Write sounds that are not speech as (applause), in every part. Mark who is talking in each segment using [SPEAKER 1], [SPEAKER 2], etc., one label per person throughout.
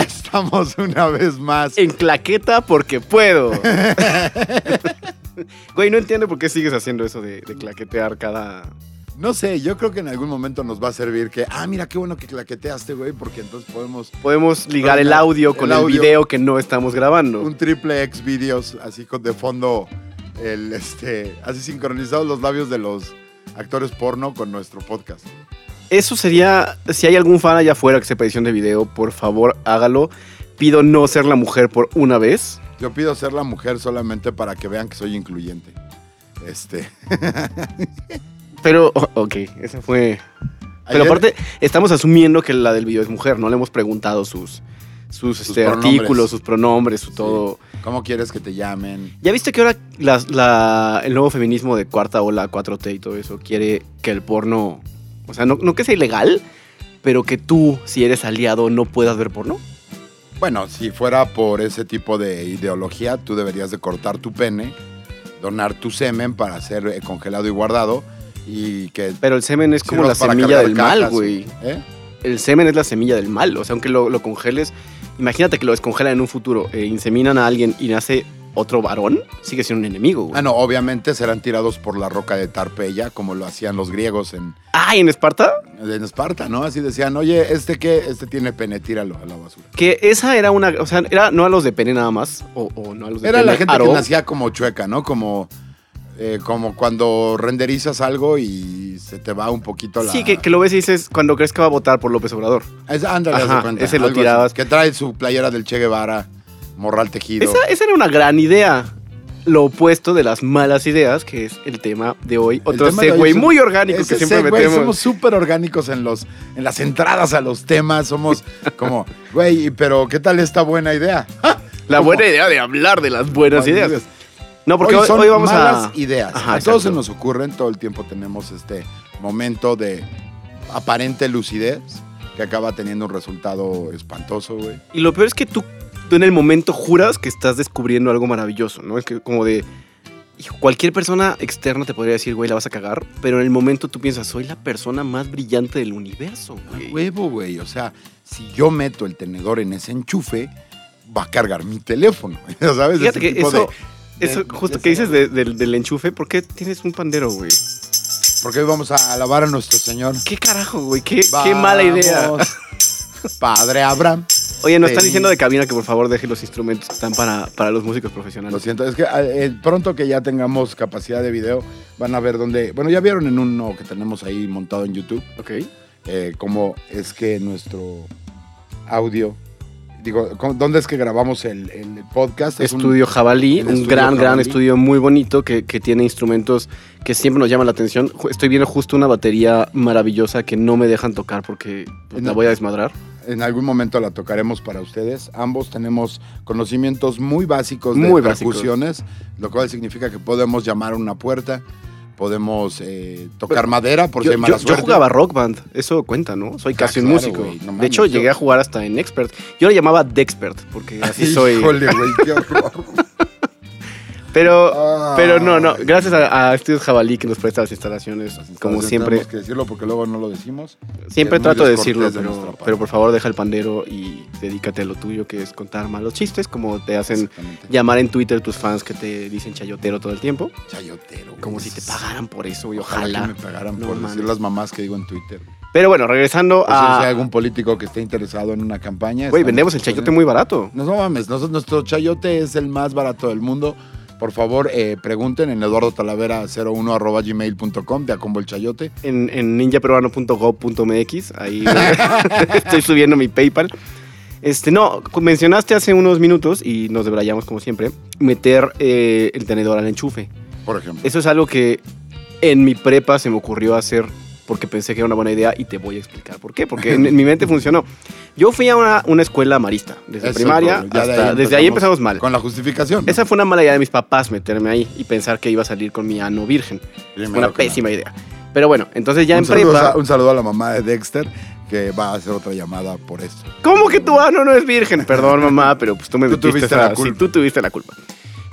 [SPEAKER 1] estamos (laughs) una vez más.
[SPEAKER 2] En claqueta
[SPEAKER 1] (laughs)
[SPEAKER 2] porque puedo. Güey, no entiendo por qué sigues haciendo eso de, de claquetear cada...
[SPEAKER 1] No sé, yo creo que en algún momento nos va a servir que, ah, mira qué bueno que claqueteaste, güey, porque entonces podemos
[SPEAKER 2] Podemos ligar el audio con
[SPEAKER 1] El
[SPEAKER 2] el,
[SPEAKER 1] audio.
[SPEAKER 2] video que no estamos grabando.
[SPEAKER 1] un triple X videos así con de fondo el este así sincronizados los labios de los actores porno con nuestro podcast.
[SPEAKER 2] Eso sería, si hay algún fan allá afuera que sepa edición de video, por favor hágalo. Pido no ser la mujer por una vez.
[SPEAKER 1] Yo pido ser la mujer solamente para que vean que soy incluyente. Este.
[SPEAKER 2] Pero, o- ok, esa fue...
[SPEAKER 1] ayer-
[SPEAKER 2] Pero aparte, estamos asumiendo que la del video es mujer, no le hemos preguntado sus, sus, este,
[SPEAKER 1] pronombres.
[SPEAKER 2] artículos, sus pronombres, su
[SPEAKER 1] Sí.
[SPEAKER 2] todo.
[SPEAKER 1] ¿Cómo quieres que te llamen?
[SPEAKER 2] ¿Ya viste que ahora las- la- el nuevo feminismo de cuarta ola, 4T y todo eso quiere que el porno, o sea, no, no que sea ilegal, pero que tú, si eres aliado, no puedas ver porno?
[SPEAKER 1] Bueno, si fuera por ese tipo de ideología, tú deberías de cortar tu pene, donar tu semen para ser eh, congelado y guardado y que
[SPEAKER 2] Pero el semen es como
[SPEAKER 1] sirvas
[SPEAKER 2] la
[SPEAKER 1] para
[SPEAKER 2] semilla
[SPEAKER 1] cargar
[SPEAKER 2] del mal,
[SPEAKER 1] cajas,
[SPEAKER 2] güey.
[SPEAKER 1] ¿eh?
[SPEAKER 2] El semen es la semilla del mal, o sea, aunque lo, lo congeles, imagínate que lo descongelan en un futuro, e inseminan a alguien y nace otro varón, sigue siendo un enemigo, güey.
[SPEAKER 1] Ah, no, obviamente serán tirados por la roca de Tarpeya, como lo hacían los griegos en,
[SPEAKER 2] ¡Ay, Ah, en Esparta!
[SPEAKER 1] en Esparta, ¿no? Así decían, oye, ¿este qué? Este tiene pene, tíralo a la basura.
[SPEAKER 2] Que esa era una. O sea, era no a los de pene nada más. O, o no a los de
[SPEAKER 1] Era
[SPEAKER 2] pene,
[SPEAKER 1] la gente
[SPEAKER 2] aro.
[SPEAKER 1] que nacía como chueca, ¿no? Como, eh, como cuando renderizas algo y se te va un poquito la...
[SPEAKER 2] Sí, que, que lo ves y dices cuando crees que va a votar por López Obrador.
[SPEAKER 1] Es, ándale,
[SPEAKER 2] Ajá,
[SPEAKER 1] haz de cuenta,
[SPEAKER 2] ese lo
[SPEAKER 1] algo así.
[SPEAKER 2] tirabas.
[SPEAKER 1] Que trae su playera del Che Guevara, morral tejido.
[SPEAKER 2] Esa, esa era una gran idea. Lo opuesto de las malas ideas, que es el tema de hoy.
[SPEAKER 1] El
[SPEAKER 2] Otro
[SPEAKER 1] tema de hoy
[SPEAKER 2] segue
[SPEAKER 1] es un-
[SPEAKER 2] muy orgánico
[SPEAKER 1] Ese
[SPEAKER 2] que siempre
[SPEAKER 1] segue,
[SPEAKER 2] metemos.
[SPEAKER 1] Somos súper orgánicos en, los, en las entradas a los temas.
[SPEAKER 2] (laughs)
[SPEAKER 1] Somos como, güey, pero ¿qué tal esta buena idea?
[SPEAKER 2] La
[SPEAKER 1] ¿Cómo?
[SPEAKER 2] buena idea de hablar de las
[SPEAKER 1] Cuando
[SPEAKER 2] buenas Ah, pues, ideas.
[SPEAKER 1] digas,
[SPEAKER 2] No, porque
[SPEAKER 1] hoy,
[SPEAKER 2] hoy,
[SPEAKER 1] son
[SPEAKER 2] hoy vamos
[SPEAKER 1] malas
[SPEAKER 2] a.
[SPEAKER 1] ideas.
[SPEAKER 2] Ajá,
[SPEAKER 1] a todos se
[SPEAKER 2] exacto.
[SPEAKER 1] nos ocurren, todo el tiempo tenemos este momento de aparente lucidez que acaba teniendo un resultado espantoso, güey.
[SPEAKER 2] Y lo peor es que tú, tú en el momento juras que estás descubriendo algo maravilloso, ¿no? Es que como de. hijo, Cualquier persona externa te podría decir, güey, la vas a cagar, pero en el momento tú piensas, soy la persona más brillante del universo,
[SPEAKER 1] A
[SPEAKER 2] güey.
[SPEAKER 1] huevo, Ah, güey. O sea, si yo meto el tenedor en ese enchufe, va a cargar mi teléfono. (laughs) Ya ¿Sabes?
[SPEAKER 2] Fíjate
[SPEAKER 1] Ese
[SPEAKER 2] que
[SPEAKER 1] tipo
[SPEAKER 2] eso,
[SPEAKER 1] de-
[SPEAKER 2] eso
[SPEAKER 1] de-
[SPEAKER 2] justo
[SPEAKER 1] de
[SPEAKER 2] que dices de- del, del enchufe, ¿por qué tienes un pandero, güey?
[SPEAKER 1] Porque hoy vamos a alabar a nuestro Señor.
[SPEAKER 2] ¿Qué carajo, güey? ¿Qué, qué mala idea.
[SPEAKER 1] Vamos, (laughs) Padre Abraham.
[SPEAKER 2] Oye, nos están
[SPEAKER 1] Sí.
[SPEAKER 2] diciendo de cabina que por favor deje los instrumentos que están para, para los músicos
[SPEAKER 1] Lo
[SPEAKER 2] profesionales.
[SPEAKER 1] siento, es que eh, pronto que ya tengamos capacidad de video, van a ver dónde. Bueno, ya vieron en uno que tenemos ahí montado en YouTube,
[SPEAKER 2] Ok.
[SPEAKER 1] eh, cómo es que nuestro audio. Digo, cómo- ¿dónde es que grabamos el, el podcast? Es un-
[SPEAKER 2] Estudio Jabalí,
[SPEAKER 1] el
[SPEAKER 2] un
[SPEAKER 1] estudio
[SPEAKER 2] gran, gran
[SPEAKER 1] Jabalí.
[SPEAKER 2] estudio muy bonito que, que tiene instrumentos que siempre nos llaman la atención. Ju- Estoy viendo justo una batería maravillosa que no me dejan tocar porque pues,
[SPEAKER 1] No.
[SPEAKER 2] la voy a desmadrar.
[SPEAKER 1] en algún momento la tocaremos para ustedes. Ambos tenemos conocimientos muy básicos de
[SPEAKER 2] Muy básicos.
[SPEAKER 1] percusiones, lo cual significa que podemos llamar a una puerta, podemos eh, tocar madera por si
[SPEAKER 2] Yo,
[SPEAKER 1] hay mala
[SPEAKER 2] yo- yo
[SPEAKER 1] suerte. (laughs)
[SPEAKER 2] jugaba rock band, eso cuenta, ¿no? Soy casi un
[SPEAKER 1] claro,
[SPEAKER 2] músico.
[SPEAKER 1] güey, no
[SPEAKER 2] de
[SPEAKER 1] mames,
[SPEAKER 2] hecho,
[SPEAKER 1] yo-
[SPEAKER 2] llegué a jugar hasta en expert. Yo le llamaba Dexpert
[SPEAKER 1] (laughs)
[SPEAKER 2] porque así soy.
[SPEAKER 1] Híjole, güey, (laughs) qué horror.
[SPEAKER 2] Pero,
[SPEAKER 1] Ah.
[SPEAKER 2] (laughs) pero no, no. Gracias a, a Estudios Jabalí que nos presta las
[SPEAKER 1] Las
[SPEAKER 2] instalaciones. como
[SPEAKER 1] instalaciones
[SPEAKER 2] siempre,
[SPEAKER 1] Tenemos que decirlo porque luego no lo decimos.
[SPEAKER 2] siempre
[SPEAKER 1] es muy
[SPEAKER 2] trato de
[SPEAKER 1] descortés
[SPEAKER 2] decirlo,
[SPEAKER 1] de nuestra
[SPEAKER 2] pero,
[SPEAKER 1] parte.
[SPEAKER 2] pero por favor deja el pandero y dedícate a lo tuyo, que es contar malos chistes, como te hacen
[SPEAKER 1] Exactamente.
[SPEAKER 2] llamar en Twitter tus fans que te dicen chayotero todo el tiempo.
[SPEAKER 1] Chayotero. güey.
[SPEAKER 2] Como si te pagaran por eso, y
[SPEAKER 1] Ojalá,
[SPEAKER 2] ojalá.
[SPEAKER 1] que me pagaran
[SPEAKER 2] No
[SPEAKER 1] por decir
[SPEAKER 2] mames.
[SPEAKER 1] las mamás que digo en Twitter. güey.
[SPEAKER 2] Pero bueno, regresando
[SPEAKER 1] O sea, Pues si hay
[SPEAKER 2] a.
[SPEAKER 1] algún Pues político que esté interesado en una campaña.
[SPEAKER 2] Güey,
[SPEAKER 1] estamos
[SPEAKER 2] vendemos el
[SPEAKER 1] disponibles.
[SPEAKER 2] chayote muy barato.
[SPEAKER 1] No, no mames, nosotros- nuestro chayote es el más barato del mundo. Por favor, eh, pregunten en eduardotalavera01 de Acombo el Chayote.
[SPEAKER 2] En, en ninjaperuano.gov.mx.
[SPEAKER 1] (laughs)
[SPEAKER 2] Ahí estoy subiendo mi PayPal. Este, no, mencionaste hace unos minutos y nos debrayamos como siempre, meter eh, el tenedor al enchufe.
[SPEAKER 1] Por ejemplo.
[SPEAKER 2] Eso es algo que en mi prepa se me ocurrió hacer porque pensé que era una buena idea y te voy a explicar por qué, porque en, en mi mente funcionó. Yo fui a una, una escuela marista, desde
[SPEAKER 1] Eso,
[SPEAKER 2] primaria
[SPEAKER 1] ya de
[SPEAKER 2] hasta- desde ahí empezamos mal.
[SPEAKER 1] Con la justificación. ¿no?
[SPEAKER 2] Esa fue una mala idea de mis papás meterme ahí y pensar que iba a salir con mi ano virgen. Fue
[SPEAKER 1] Primero
[SPEAKER 2] una
[SPEAKER 1] que nada.
[SPEAKER 2] pésima idea. Pero bueno, entonces ya
[SPEAKER 1] un,
[SPEAKER 2] en
[SPEAKER 1] saludo,
[SPEAKER 2] prepa...
[SPEAKER 1] a- un saludo a la mamá de Dexter que va a hacer otra llamada por esto.
[SPEAKER 2] ¿Cómo que tu ano no es virgen? Perdón, mamá, pero pues tú me
[SPEAKER 1] Tú
[SPEAKER 2] metiste
[SPEAKER 1] tuviste
[SPEAKER 2] esa-
[SPEAKER 1] la culpa.
[SPEAKER 2] sí, tú tuviste la culpa.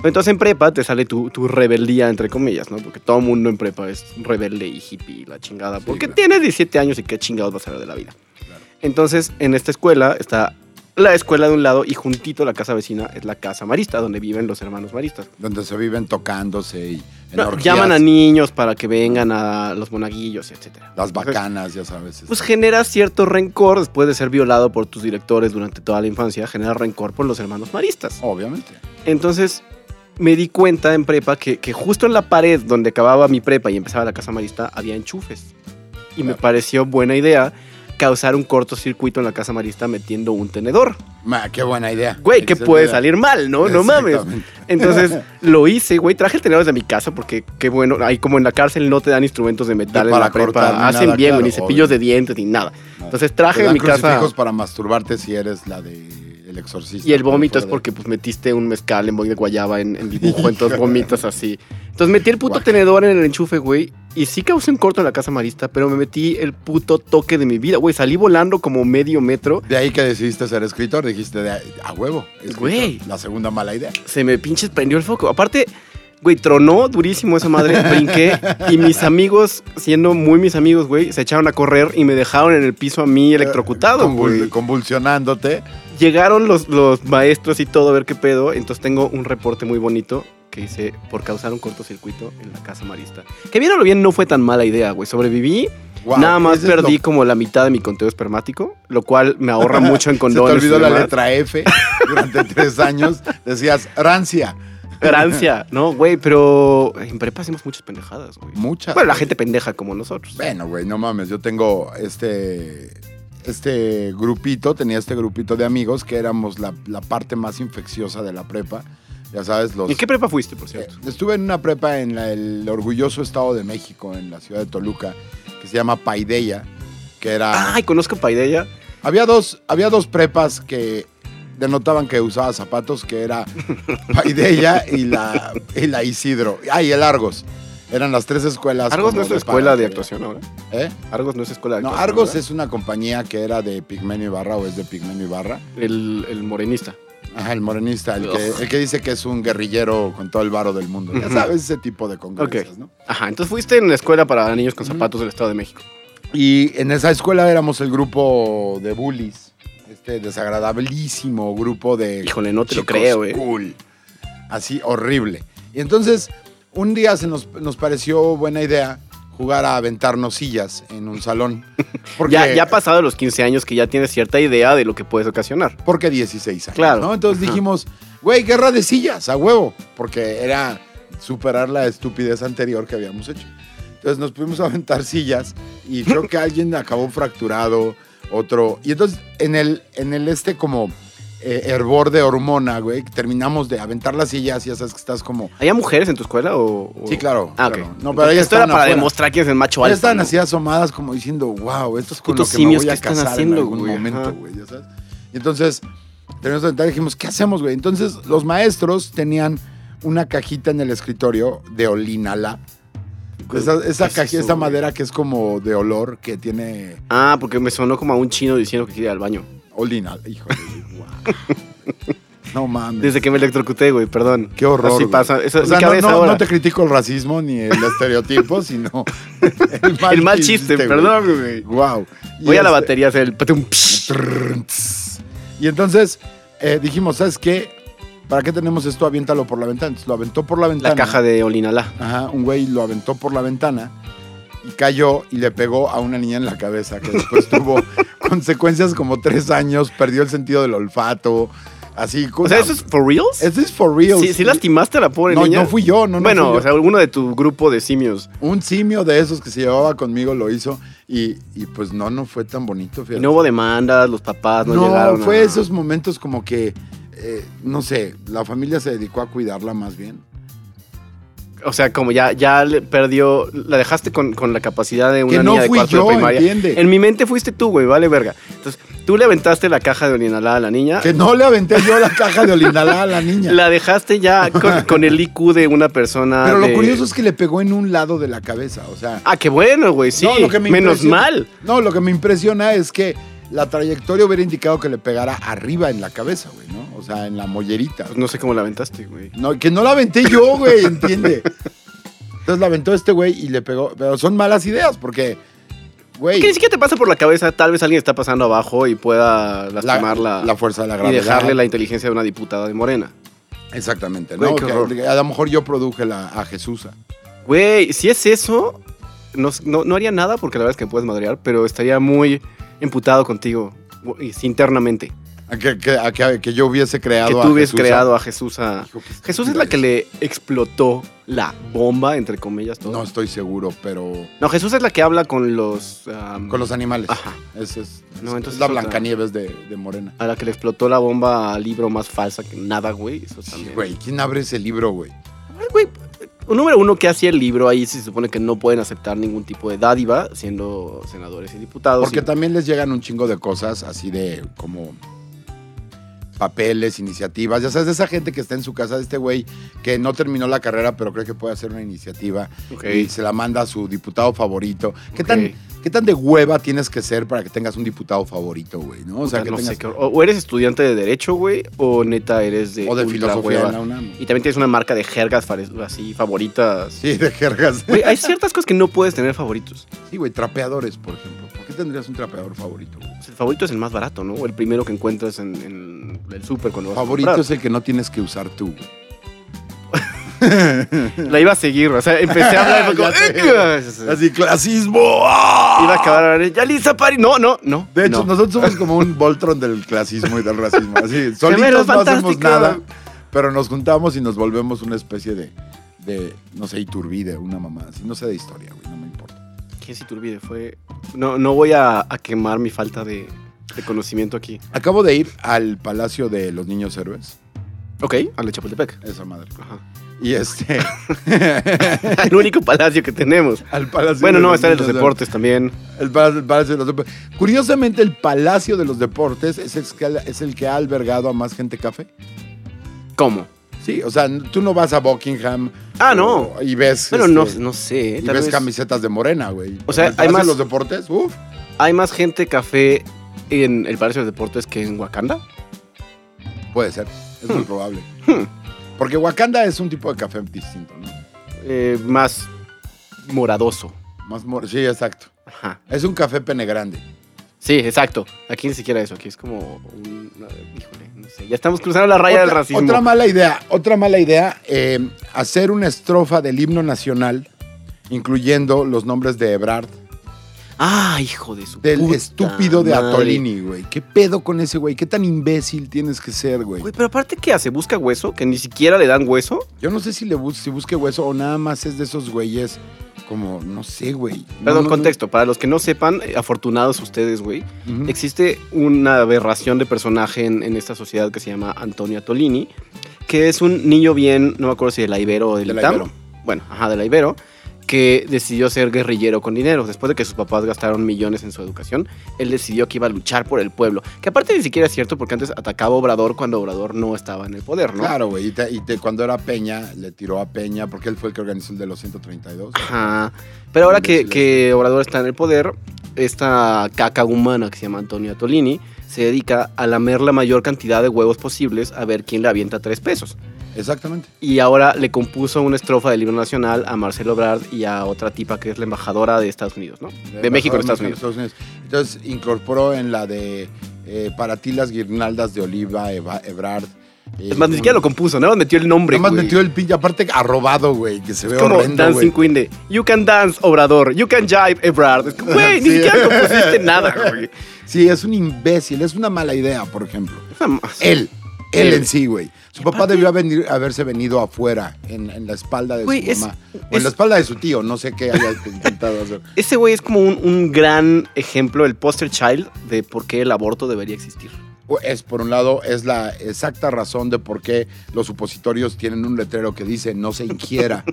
[SPEAKER 2] Entonces en prepa te sale tu, tu rebeldía, entre comillas, ¿no? Porque todo mundo en prepa es rebelde y hippie, y la chingada.
[SPEAKER 1] Sí,
[SPEAKER 2] porque
[SPEAKER 1] claro.
[SPEAKER 2] tienes 17 años y qué chingados vas a ver de la vida.
[SPEAKER 1] Claro.
[SPEAKER 2] Entonces en esta escuela está la escuela de un lado y juntito la casa vecina es la casa marista, donde viven los hermanos maristas.
[SPEAKER 1] Donde se viven tocándose y en
[SPEAKER 2] No,
[SPEAKER 1] orgías,
[SPEAKER 2] llaman a niños para que vengan a los monaguillos, etcétera.
[SPEAKER 1] Las
[SPEAKER 2] Entonces,
[SPEAKER 1] bacanas, ya sabes.
[SPEAKER 2] Pues generas cierto rencor después de ser violado por tus directores durante toda la infancia, genera rencor por los hermanos maristas.
[SPEAKER 1] Obviamente.
[SPEAKER 2] Entonces me di cuenta en prepa que, que justo en la pared donde acababa mi prepa y empezaba la casa marista había enchufes. Y me
[SPEAKER 1] Claro.
[SPEAKER 2] pareció buena idea causar un cortocircuito en la casa marista metiendo un tenedor.
[SPEAKER 1] Ma, qué buena idea.
[SPEAKER 2] Güey, ¿qué
[SPEAKER 1] Excelente
[SPEAKER 2] puede
[SPEAKER 1] idea.
[SPEAKER 2] salir mal, no? No mames.
[SPEAKER 1] Exactamente.
[SPEAKER 2] Entonces
[SPEAKER 1] (laughs)
[SPEAKER 2] lo hice, güey. Traje el tenedor desde mi casa porque, qué bueno. Ahí como en la cárcel no te dan instrumentos de metal
[SPEAKER 1] Ni
[SPEAKER 2] en
[SPEAKER 1] para
[SPEAKER 2] la prepa.
[SPEAKER 1] cortar, ni
[SPEAKER 2] Hacen
[SPEAKER 1] nada,
[SPEAKER 2] bien, güey, ni
[SPEAKER 1] claro,
[SPEAKER 2] cepillos
[SPEAKER 1] obvio.
[SPEAKER 2] de dientes, ni nada.
[SPEAKER 1] No.
[SPEAKER 2] Entonces
[SPEAKER 1] Te
[SPEAKER 2] traje de
[SPEAKER 1] dan
[SPEAKER 2] mi casa
[SPEAKER 1] crucifijos para masturbarte si eres la de El Exorcista.
[SPEAKER 2] y el vómito es
[SPEAKER 1] Fuera de-
[SPEAKER 2] porque pues metiste un mezcal en boing de guayaba en,
[SPEAKER 1] (laughs)
[SPEAKER 2] en dibujo, entonces vomitas así. Entonces metí el puto
[SPEAKER 1] Guaca.
[SPEAKER 2] tenedor en el enchufe, güey. Y sí causé un corto en la casa marista, pero me metí el puto toque de mi vida, güey. Salí volando como medio metro.
[SPEAKER 1] De ahí que decidiste ser escritor, dijiste de, a huevo. escritor.
[SPEAKER 2] Güey.
[SPEAKER 1] La segunda mala idea.
[SPEAKER 2] se me pinches prendió el foco. Aparte, güey, tronó durísimo
[SPEAKER 1] (laughs)
[SPEAKER 2] esa madre, brinqué y mis amigos, siendo muy mis amigos, güey, se echaron a correr y me dejaron en el piso a mí electrocutado,
[SPEAKER 1] Convul-
[SPEAKER 2] güey.
[SPEAKER 1] Convulsionándote.
[SPEAKER 2] Llegaron los, los maestros y todo a ver qué pedo, entonces tengo un reporte muy bonito que hice por causar un cortocircuito en la casa marista. Que bien o lo bien no fue tan mala idea, güey. Sobreviví,
[SPEAKER 1] Guau,
[SPEAKER 2] nada más
[SPEAKER 1] ese es
[SPEAKER 2] perdí
[SPEAKER 1] lo-
[SPEAKER 2] como la mitad de mi conteo espermático, lo cual me
[SPEAKER 1] (laughs)
[SPEAKER 2] ahorra mucho en
[SPEAKER 1] Se te
[SPEAKER 2] condones. y
[SPEAKER 1] olvidó la
[SPEAKER 2] demás.
[SPEAKER 1] letra F
[SPEAKER 2] (laughs)
[SPEAKER 1] durante tres años. Decías, rancia.
[SPEAKER 2] Grancia, ¿no, güey? Pero en prepa hacemos muchas pendejadas, güey.
[SPEAKER 1] Muchas.
[SPEAKER 2] Bueno, la gente pendeja como nosotros.
[SPEAKER 1] Bueno, güey, no mames, yo tengo este, este grupito, tenía este grupito de amigos que éramos la, la parte más infecciosa de la prepa. Ya sabes, los...
[SPEAKER 2] ¿En qué prepa fuiste, por
[SPEAKER 1] eh,
[SPEAKER 2] cierto?
[SPEAKER 1] estuve en una prepa en la- el orgulloso Estado de México, en la ciudad de Toluca, que se llama Paideya, que era...
[SPEAKER 2] Ay, conozco a Paideya.
[SPEAKER 1] Había dos, había dos prepas que denotaban que usaba zapatos, que
[SPEAKER 2] (laughs)
[SPEAKER 1] era Paideya y la, y la Isidro. Ay, el Argos. Eran las tres escuelas.
[SPEAKER 2] Argos
[SPEAKER 1] como
[SPEAKER 2] no es
[SPEAKER 1] de
[SPEAKER 2] escuela
[SPEAKER 1] paratoria.
[SPEAKER 2] de actuación ahora.
[SPEAKER 1] ¿Eh?
[SPEAKER 2] Argos no es escuela de
[SPEAKER 1] No,
[SPEAKER 2] actuación.
[SPEAKER 1] Argos
[SPEAKER 2] ¿verdad?
[SPEAKER 1] es una compañía que era de Pigmenio Ibarra o es de Pigmenio Ibarra.
[SPEAKER 2] El, el morenista.
[SPEAKER 1] Ajá, el morenista, el que,
[SPEAKER 2] Ugh.
[SPEAKER 1] el que dice que es un guerrillero con todo el varo del mundo. Ya
[SPEAKER 2] Ujú.
[SPEAKER 1] sabes, ese tipo de congresos,
[SPEAKER 2] Ok.
[SPEAKER 1] ¿no?
[SPEAKER 2] Ajá, entonces fuiste en la escuela para niños con
[SPEAKER 1] Ujú.
[SPEAKER 2] zapatos del Estado de México.
[SPEAKER 1] Y en esa escuela éramos el grupo de bullies, este desagradabilísimo grupo de
[SPEAKER 2] Híjole, no te lo
[SPEAKER 1] chicos
[SPEAKER 2] creo, eh.
[SPEAKER 1] cool. Así, horrible. Y entonces, un día se nos, nos pareció buena idea jugar a aventarnos sillas en un salón. Porque,
[SPEAKER 2] (laughs) Ya, ya pasado los 15 años que ya tienes cierta idea de lo que puedes ocasionar.
[SPEAKER 1] porque 16 años.
[SPEAKER 2] Claro.
[SPEAKER 1] ¿no? Entonces
[SPEAKER 2] Ajá.
[SPEAKER 1] dijimos, güey, guerra de sillas, a huevo, porque era superar la estupidez anterior que habíamos hecho. Entonces nos pudimos aventar sillas y creo que alguien acabó fracturado, otro. Y entonces en el, en el este como eh, hervor de hormona, güey, terminamos de aventar las sillas y ya sabes que estás como...
[SPEAKER 2] ¿Había mujeres en tu escuela o...? o-
[SPEAKER 1] Sí, claro.
[SPEAKER 2] Ah, ok.
[SPEAKER 1] claro. No, pero
[SPEAKER 2] Entonces,
[SPEAKER 1] ellas
[SPEAKER 2] Esto era
[SPEAKER 1] estaban
[SPEAKER 2] para
[SPEAKER 1] afuera.
[SPEAKER 2] demostrar quién es el macho
[SPEAKER 1] Ya
[SPEAKER 2] alfa.
[SPEAKER 1] estaban
[SPEAKER 2] ¿no?
[SPEAKER 1] así asomadas como diciendo, wow, esto es con lo
[SPEAKER 2] putos
[SPEAKER 1] que me
[SPEAKER 2] simios
[SPEAKER 1] voy a
[SPEAKER 2] que están
[SPEAKER 1] casar
[SPEAKER 2] haciendo,
[SPEAKER 1] en algún
[SPEAKER 2] güey, ajá.
[SPEAKER 1] momento, güey, ya sabes. Y entonces, tenemos de entrar y dijimos, ¿qué hacemos, güey? Entonces, los maestros tenían una cajita en el escritorio de olinala.
[SPEAKER 2] Güey,
[SPEAKER 1] Esa, esa
[SPEAKER 2] ¿qué es
[SPEAKER 1] caji-
[SPEAKER 2] Pues, eso,
[SPEAKER 1] esa
[SPEAKER 2] güey?
[SPEAKER 1] madera que es como de olor, que tiene
[SPEAKER 2] Ah, porque me sonó como a un chino diciendo que quiere ir al baño.
[SPEAKER 1] olinala. Híjole,
[SPEAKER 2] (laughs)
[SPEAKER 1] güey, guau. No mames.
[SPEAKER 2] Desde que me electrocuté, güey, perdón.
[SPEAKER 1] Qué horror.
[SPEAKER 2] Así
[SPEAKER 1] güey.
[SPEAKER 2] pasa. Eso-
[SPEAKER 1] O sea,
[SPEAKER 2] mi
[SPEAKER 1] no,
[SPEAKER 2] cabeza
[SPEAKER 1] no-
[SPEAKER 2] ahora.
[SPEAKER 1] no te critico el racismo ni el estereotipo,
[SPEAKER 2] (laughs)
[SPEAKER 1] sino el mal,
[SPEAKER 2] el mal
[SPEAKER 1] que
[SPEAKER 2] chiste,
[SPEAKER 1] hiciste, güey.
[SPEAKER 2] perdón, güey.
[SPEAKER 1] Wow. Y
[SPEAKER 2] Voy a la
[SPEAKER 1] este-
[SPEAKER 2] batería a hacer el patum, psh.
[SPEAKER 1] Trrrn, tss. Y entonces eh, dijimos, ¿sabes qué? ¿Para qué tenemos esto? Aviéntalo por la ventana. Entonces, lo aventó por la
[SPEAKER 2] la
[SPEAKER 1] ventana.
[SPEAKER 2] caja de Olinalá.
[SPEAKER 1] Ajá, un güey lo aventó por la ventana y cayó y le pegó a una niña en la cabeza, que
[SPEAKER 2] (laughs)
[SPEAKER 1] después tuvo consecuencias como tres años, perdió el sentido del olfato, así.
[SPEAKER 2] O sea, ¿eso es for reals?
[SPEAKER 1] This is for real.
[SPEAKER 2] ¿Sí, sí lastimaste a la pobre
[SPEAKER 1] No,
[SPEAKER 2] niña?
[SPEAKER 1] no fui yo, no, no
[SPEAKER 2] bueno,
[SPEAKER 1] fui yo.
[SPEAKER 2] o sea, alguno de tu grupo de simios.
[SPEAKER 1] Un simio de esos que se llevaba conmigo lo hizo y, y pues no, no fue tan bonito,
[SPEAKER 2] Y
[SPEAKER 1] fíjate.
[SPEAKER 2] no hubo demandas, los papás no,
[SPEAKER 1] No,
[SPEAKER 2] llegaron. a-
[SPEAKER 1] fue esos momentos como que, eh, no sé, la familia se dedicó a cuidarla más bien.
[SPEAKER 2] O sea, como ya, ya le perdió, la dejaste con, con la capacidad de una
[SPEAKER 1] que no
[SPEAKER 2] niña de
[SPEAKER 1] fui
[SPEAKER 2] cuarto
[SPEAKER 1] yo,
[SPEAKER 2] de primaria.
[SPEAKER 1] ¿entiende?
[SPEAKER 2] En mi mente fuiste tú, güey, vale verga. Entonces, tú le aventaste la caja de Olinalá a la niña.
[SPEAKER 1] Que no le aventé yo la caja de olinalá a la niña.
[SPEAKER 2] Ah. La
[SPEAKER 1] (laughs)
[SPEAKER 2] dejaste ya con, con el IQ de una persona.
[SPEAKER 1] Pero lo
[SPEAKER 2] de-
[SPEAKER 1] curioso es que le pegó en un lado de la cabeza, o sea...
[SPEAKER 2] Ah, qué bueno, güey, sí.
[SPEAKER 1] No, lo que me
[SPEAKER 2] Menos
[SPEAKER 1] impresiona-
[SPEAKER 2] mal.
[SPEAKER 1] No, lo que me impresiona es que la trayectoria hubiera indicado que le pegara arriba en la cabeza, güey, ¿no? O sea, en la mollerita.
[SPEAKER 2] Pues no sé cómo la aventaste, güey.
[SPEAKER 1] No, que no la aventé yo, güey, ¿entiende? Entonces la aventó este güey y le pegó. Pero son malas ideas porque Güey,
[SPEAKER 2] Que ni siquiera te pasa por la cabeza, tal vez alguien está pasando abajo y pueda
[SPEAKER 1] la,
[SPEAKER 2] lastimarla
[SPEAKER 1] la fuerza de la
[SPEAKER 2] y
[SPEAKER 1] gravedad.
[SPEAKER 2] dejarle la inteligencia de una diputada de Morena.
[SPEAKER 1] Exactamente,
[SPEAKER 2] Güey,
[SPEAKER 1] ¿no?
[SPEAKER 2] qué
[SPEAKER 1] Que-
[SPEAKER 2] horror.
[SPEAKER 1] que a lo mejor yo produje la, a Jesús.
[SPEAKER 2] Güey, si es eso, no, no- no haría nada porque la verdad es que me puedes madrear, pero estaría muy emputado contigo güey, internamente.
[SPEAKER 1] A que, que- a que- a que yo hubiese creado
[SPEAKER 2] que
[SPEAKER 1] a ah.
[SPEAKER 2] tú hubieses
[SPEAKER 1] Jesusa.
[SPEAKER 2] creado a Jesús a...
[SPEAKER 1] Hijo, qué estúpida
[SPEAKER 2] Jesús es la que le explotó la bomba, entre comillas, todo.
[SPEAKER 1] No
[SPEAKER 2] No,
[SPEAKER 1] estoy seguro, pero...
[SPEAKER 2] Jesús es la que habla con los... am,
[SPEAKER 1] Con los animales.
[SPEAKER 2] Ajá.
[SPEAKER 1] Esa es,
[SPEAKER 2] No,
[SPEAKER 1] es-
[SPEAKER 2] entonces
[SPEAKER 1] es la
[SPEAKER 2] es otra.
[SPEAKER 1] Blancanieves de, de Morena.
[SPEAKER 2] A la que le explotó la bomba al libro más falsa que nada, güey. Eso
[SPEAKER 1] Sí,
[SPEAKER 2] también.
[SPEAKER 1] güey, ¿quién abre ese libro, güey?
[SPEAKER 2] Ay, güey, número uno, que hacía el libro? Ahí se supone que no pueden aceptar ningún tipo de dádiva siendo senadores y diputados.
[SPEAKER 1] Porque
[SPEAKER 2] Y-
[SPEAKER 1] también les llegan un chingo de cosas así de como papeles, iniciativas. Ya sabes, de esa gente que está en su casa, de este güey que no terminó la carrera, pero cree que puede hacer una iniciativa
[SPEAKER 2] Ok.
[SPEAKER 1] y se la manda a su diputado favorito. ¿Qué, tan,
[SPEAKER 2] Ok.
[SPEAKER 1] ¿Qué tan de hueva tienes que ser para que tengas un diputado favorito, güey? ¿no? O sea, que
[SPEAKER 2] no sé
[SPEAKER 1] tengas.
[SPEAKER 2] qué- o, o eres estudiante de Derecho, güey, o neta eres de.
[SPEAKER 1] o de
[SPEAKER 2] ultra
[SPEAKER 1] filosofía
[SPEAKER 2] hueva.
[SPEAKER 1] en la UNAM.
[SPEAKER 2] Y también tienes una marca de jergas fare- así favoritas.
[SPEAKER 1] Sí, de jergas.
[SPEAKER 2] Güey, hay ciertas cosas que no puedes tener favoritos.
[SPEAKER 1] Sí, güey, trapeadores, por ejemplo. ¿Por qué tendrías un trapeador favorito? güey?
[SPEAKER 2] O sea, el favorito es el más barato, ¿no? O el primero que encuentras en, en el súper cuando vas a
[SPEAKER 1] Favorito
[SPEAKER 2] comprar.
[SPEAKER 1] es el que no tienes que usar tú, güey.
[SPEAKER 2] La iba a seguir, o sea, empecé a
[SPEAKER 1] (laughs)
[SPEAKER 2] hablar y fue como,
[SPEAKER 1] Ya sé.
[SPEAKER 2] "Eh, eh, eh".
[SPEAKER 1] Así, clasismo. ¡ah!
[SPEAKER 2] Iba a acabar, ya lista, pari. No, no, no.
[SPEAKER 1] De hecho,
[SPEAKER 2] no.
[SPEAKER 1] nosotros somos como un Voltron del clasismo y del
[SPEAKER 2] (laughs)
[SPEAKER 1] racismo. Así, solitos
[SPEAKER 2] Gemelos
[SPEAKER 1] no hacemos
[SPEAKER 2] fantásticos.
[SPEAKER 1] nada, pero nos juntamos y nos volvemos una especie de, de no sé, Iturbide, una mamá así. No sé de historia, güey, no me importa.
[SPEAKER 2] ¿Qué si Turbide fue? No, no voy a, a quemar mi falta de, de conocimiento aquí.
[SPEAKER 1] Acabo de ir al Palacio de los Niños Héroes,
[SPEAKER 2] Ok, al de Chapultepec.
[SPEAKER 1] esa madre.
[SPEAKER 2] Ajá. (laughs)
[SPEAKER 1] Y este,
[SPEAKER 2] el único palacio que tenemos.
[SPEAKER 1] al Palacio
[SPEAKER 2] bueno,
[SPEAKER 1] de
[SPEAKER 2] no, están en los
[SPEAKER 1] Niños
[SPEAKER 2] deportes también.
[SPEAKER 1] Héroes. El Palacio, el Palacio de los Deportes. Curiosamente, el Palacio de los Deportes es el, que- es el que ha albergado a más gente café.
[SPEAKER 2] ¿Cómo?
[SPEAKER 1] Sí, o sea, tú no vas a Buckingham.
[SPEAKER 2] Ah, no.
[SPEAKER 1] o- Y ves.
[SPEAKER 2] Bueno, no,
[SPEAKER 1] este,
[SPEAKER 2] no sé.
[SPEAKER 1] Y
[SPEAKER 2] tal
[SPEAKER 1] ves
[SPEAKER 2] vez
[SPEAKER 1] camisetas de morena, güey.
[SPEAKER 2] O sea,
[SPEAKER 1] En el Palacio
[SPEAKER 2] hay
[SPEAKER 1] de
[SPEAKER 2] más-
[SPEAKER 1] los deportes, uf.
[SPEAKER 2] ¿Hay más gente café en el Palacio de Deportes que en Wakanda?
[SPEAKER 1] Puede ser, es muy probable.
[SPEAKER 2] Hmm.
[SPEAKER 1] Porque Wakanda es un tipo de café distinto, ¿no?
[SPEAKER 2] Eh, más moradoso.
[SPEAKER 1] Más mor- sí, exacto.
[SPEAKER 2] Ajá.
[SPEAKER 1] Es un café pene grande.
[SPEAKER 2] Sí, exacto. Aquí ni siquiera eso. Aquí es como un... Híjole, no sé. Ya estamos cruzando la raya del
[SPEAKER 1] Otra-
[SPEAKER 2] racismo.
[SPEAKER 1] Otra mala idea, otra mala idea, eh, hacer una estrofa del himno nacional, incluyendo los nombres de Ebrard,
[SPEAKER 2] Ah, hijo de su
[SPEAKER 1] del
[SPEAKER 2] puta
[SPEAKER 1] estúpido de
[SPEAKER 2] madre.
[SPEAKER 1] Atolini, güey. ¿Qué pedo con ese güey? ¿Qué tan imbécil tienes que ser, güey?
[SPEAKER 2] Güey, pero aparte, ¿qué hace? ¿Busca hueso? ¿Que ni siquiera le dan hueso?
[SPEAKER 1] Yo no sé si le bus- si busque hueso o nada más es de esos güeyes como, no sé, güey. No, no,
[SPEAKER 2] Perdón,
[SPEAKER 1] no.
[SPEAKER 2] contexto. Para los que no sepan, eh, afortunados ustedes, güey,
[SPEAKER 1] Ujú.
[SPEAKER 2] existe una aberración de personaje en, en esta sociedad que se llama Antonio Tolini, que es un niño bien, no me acuerdo si de la Ibero o del
[SPEAKER 1] De la
[SPEAKER 2] ITAM.
[SPEAKER 1] Ibero.
[SPEAKER 2] Bueno, ajá, de la Ibero, que decidió ser guerrillero con dinero. Después de que sus papás gastaron millones en su educación, él decidió que iba a luchar por el pueblo. Que aparte ni siquiera es cierto porque antes atacaba a Obrador cuando Obrador no estaba en el poder, ¿no?
[SPEAKER 1] Claro, güey. Y, te- y te- cuando era Peña, le tiró a Peña, porque él fue el que organizó el de los 132.
[SPEAKER 2] Ajá. Pero ahora que,
[SPEAKER 1] Imbéciles.
[SPEAKER 2] que Obrador está en el poder, esta caca humana que se llama Antonia Tolini se dedica a lamer la mayor cantidad de huevos posibles a ver quién le avienta tres pesos.
[SPEAKER 1] Exactamente.
[SPEAKER 2] Y ahora le compuso una estrofa del libro nacional a Marcelo Ebrard y a otra tipa que es la embajadora de Estados Unidos, ¿no? De México en Estados Unidos.
[SPEAKER 1] Entonces incorporó en la de eh, para ti las guirnaldas de oliva, Eva- Ebrard. eh,
[SPEAKER 2] Es más, ni siquiera lo
[SPEAKER 1] con-
[SPEAKER 2] compuso, nada más metió el nombre.
[SPEAKER 1] Nada más
[SPEAKER 2] güey.
[SPEAKER 1] metió el pinche, aparte arrobado, güey, que se
[SPEAKER 2] Es
[SPEAKER 1] ve
[SPEAKER 2] como
[SPEAKER 1] horrendo,
[SPEAKER 2] Dancing
[SPEAKER 1] güey.
[SPEAKER 2] Queen de You can dance, Obrador. You can jive, Ebrard. Es como, güey, ni
[SPEAKER 1] (laughs) Sí.
[SPEAKER 2] siquiera compusiste nada, güey.
[SPEAKER 1] Sí, es un imbécil, es una mala idea, por ejemplo.
[SPEAKER 2] Es una-
[SPEAKER 1] Él, él
[SPEAKER 2] Él.
[SPEAKER 1] en sí, güey. Su papá debió venir- haberse venido afuera, en, en la espalda de
[SPEAKER 2] Güey,
[SPEAKER 1] su
[SPEAKER 2] es-
[SPEAKER 1] mamá. o en
[SPEAKER 2] es-
[SPEAKER 1] la espalda de su tío, no sé qué haya intentado hacer.
[SPEAKER 2] Ese güey es como un, un gran ejemplo, el poster child de por qué el aborto debería existir.
[SPEAKER 1] Pues, Es, por un lado, es la exacta razón de por qué los supositorios tienen un letrero que dice no se ingiera.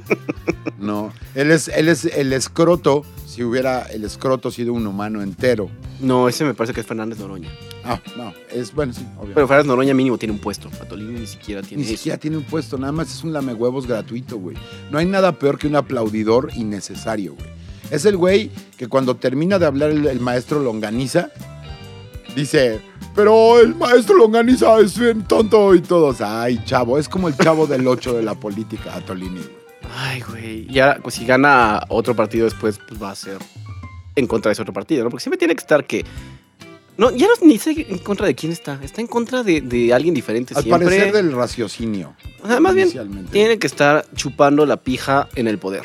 [SPEAKER 1] no. Él es, él es el escroto, si hubiera el escroto sido un humano entero.
[SPEAKER 2] No, ese me parece que es Fernández Noroña.
[SPEAKER 1] Ah, no. Es bueno, sí, obvio.
[SPEAKER 2] Pero Fernández Noroña mínimo tiene un puesto. Patolini ni siquiera tiene
[SPEAKER 1] Ni
[SPEAKER 2] eso.
[SPEAKER 1] siquiera tiene un puesto, nada más es un lamehuevos gratuito, güey. No hay nada peor que un aplaudidor innecesario, güey. Es el güey que cuando termina de hablar el, el maestro Longaniza, dice, pero el maestro Longaniza es bien tonto y todos, ay, chavo, es como el chavo del 8 de la política, Atolini. güey.
[SPEAKER 2] Ay, güey. Y ahora, pues, si gana otro partido después, pues va a ser en contra de ese otro partido, ¿no? Porque siempre tiene que estar que. No, ya no ni sé en contra de quién está. Está en contra de, de alguien diferente
[SPEAKER 1] Al
[SPEAKER 2] siempre.
[SPEAKER 1] parecer del raciocinio.
[SPEAKER 2] O sea, más bien,
[SPEAKER 1] inicialmente.
[SPEAKER 2] tiene que estar chupando la pija en el poder.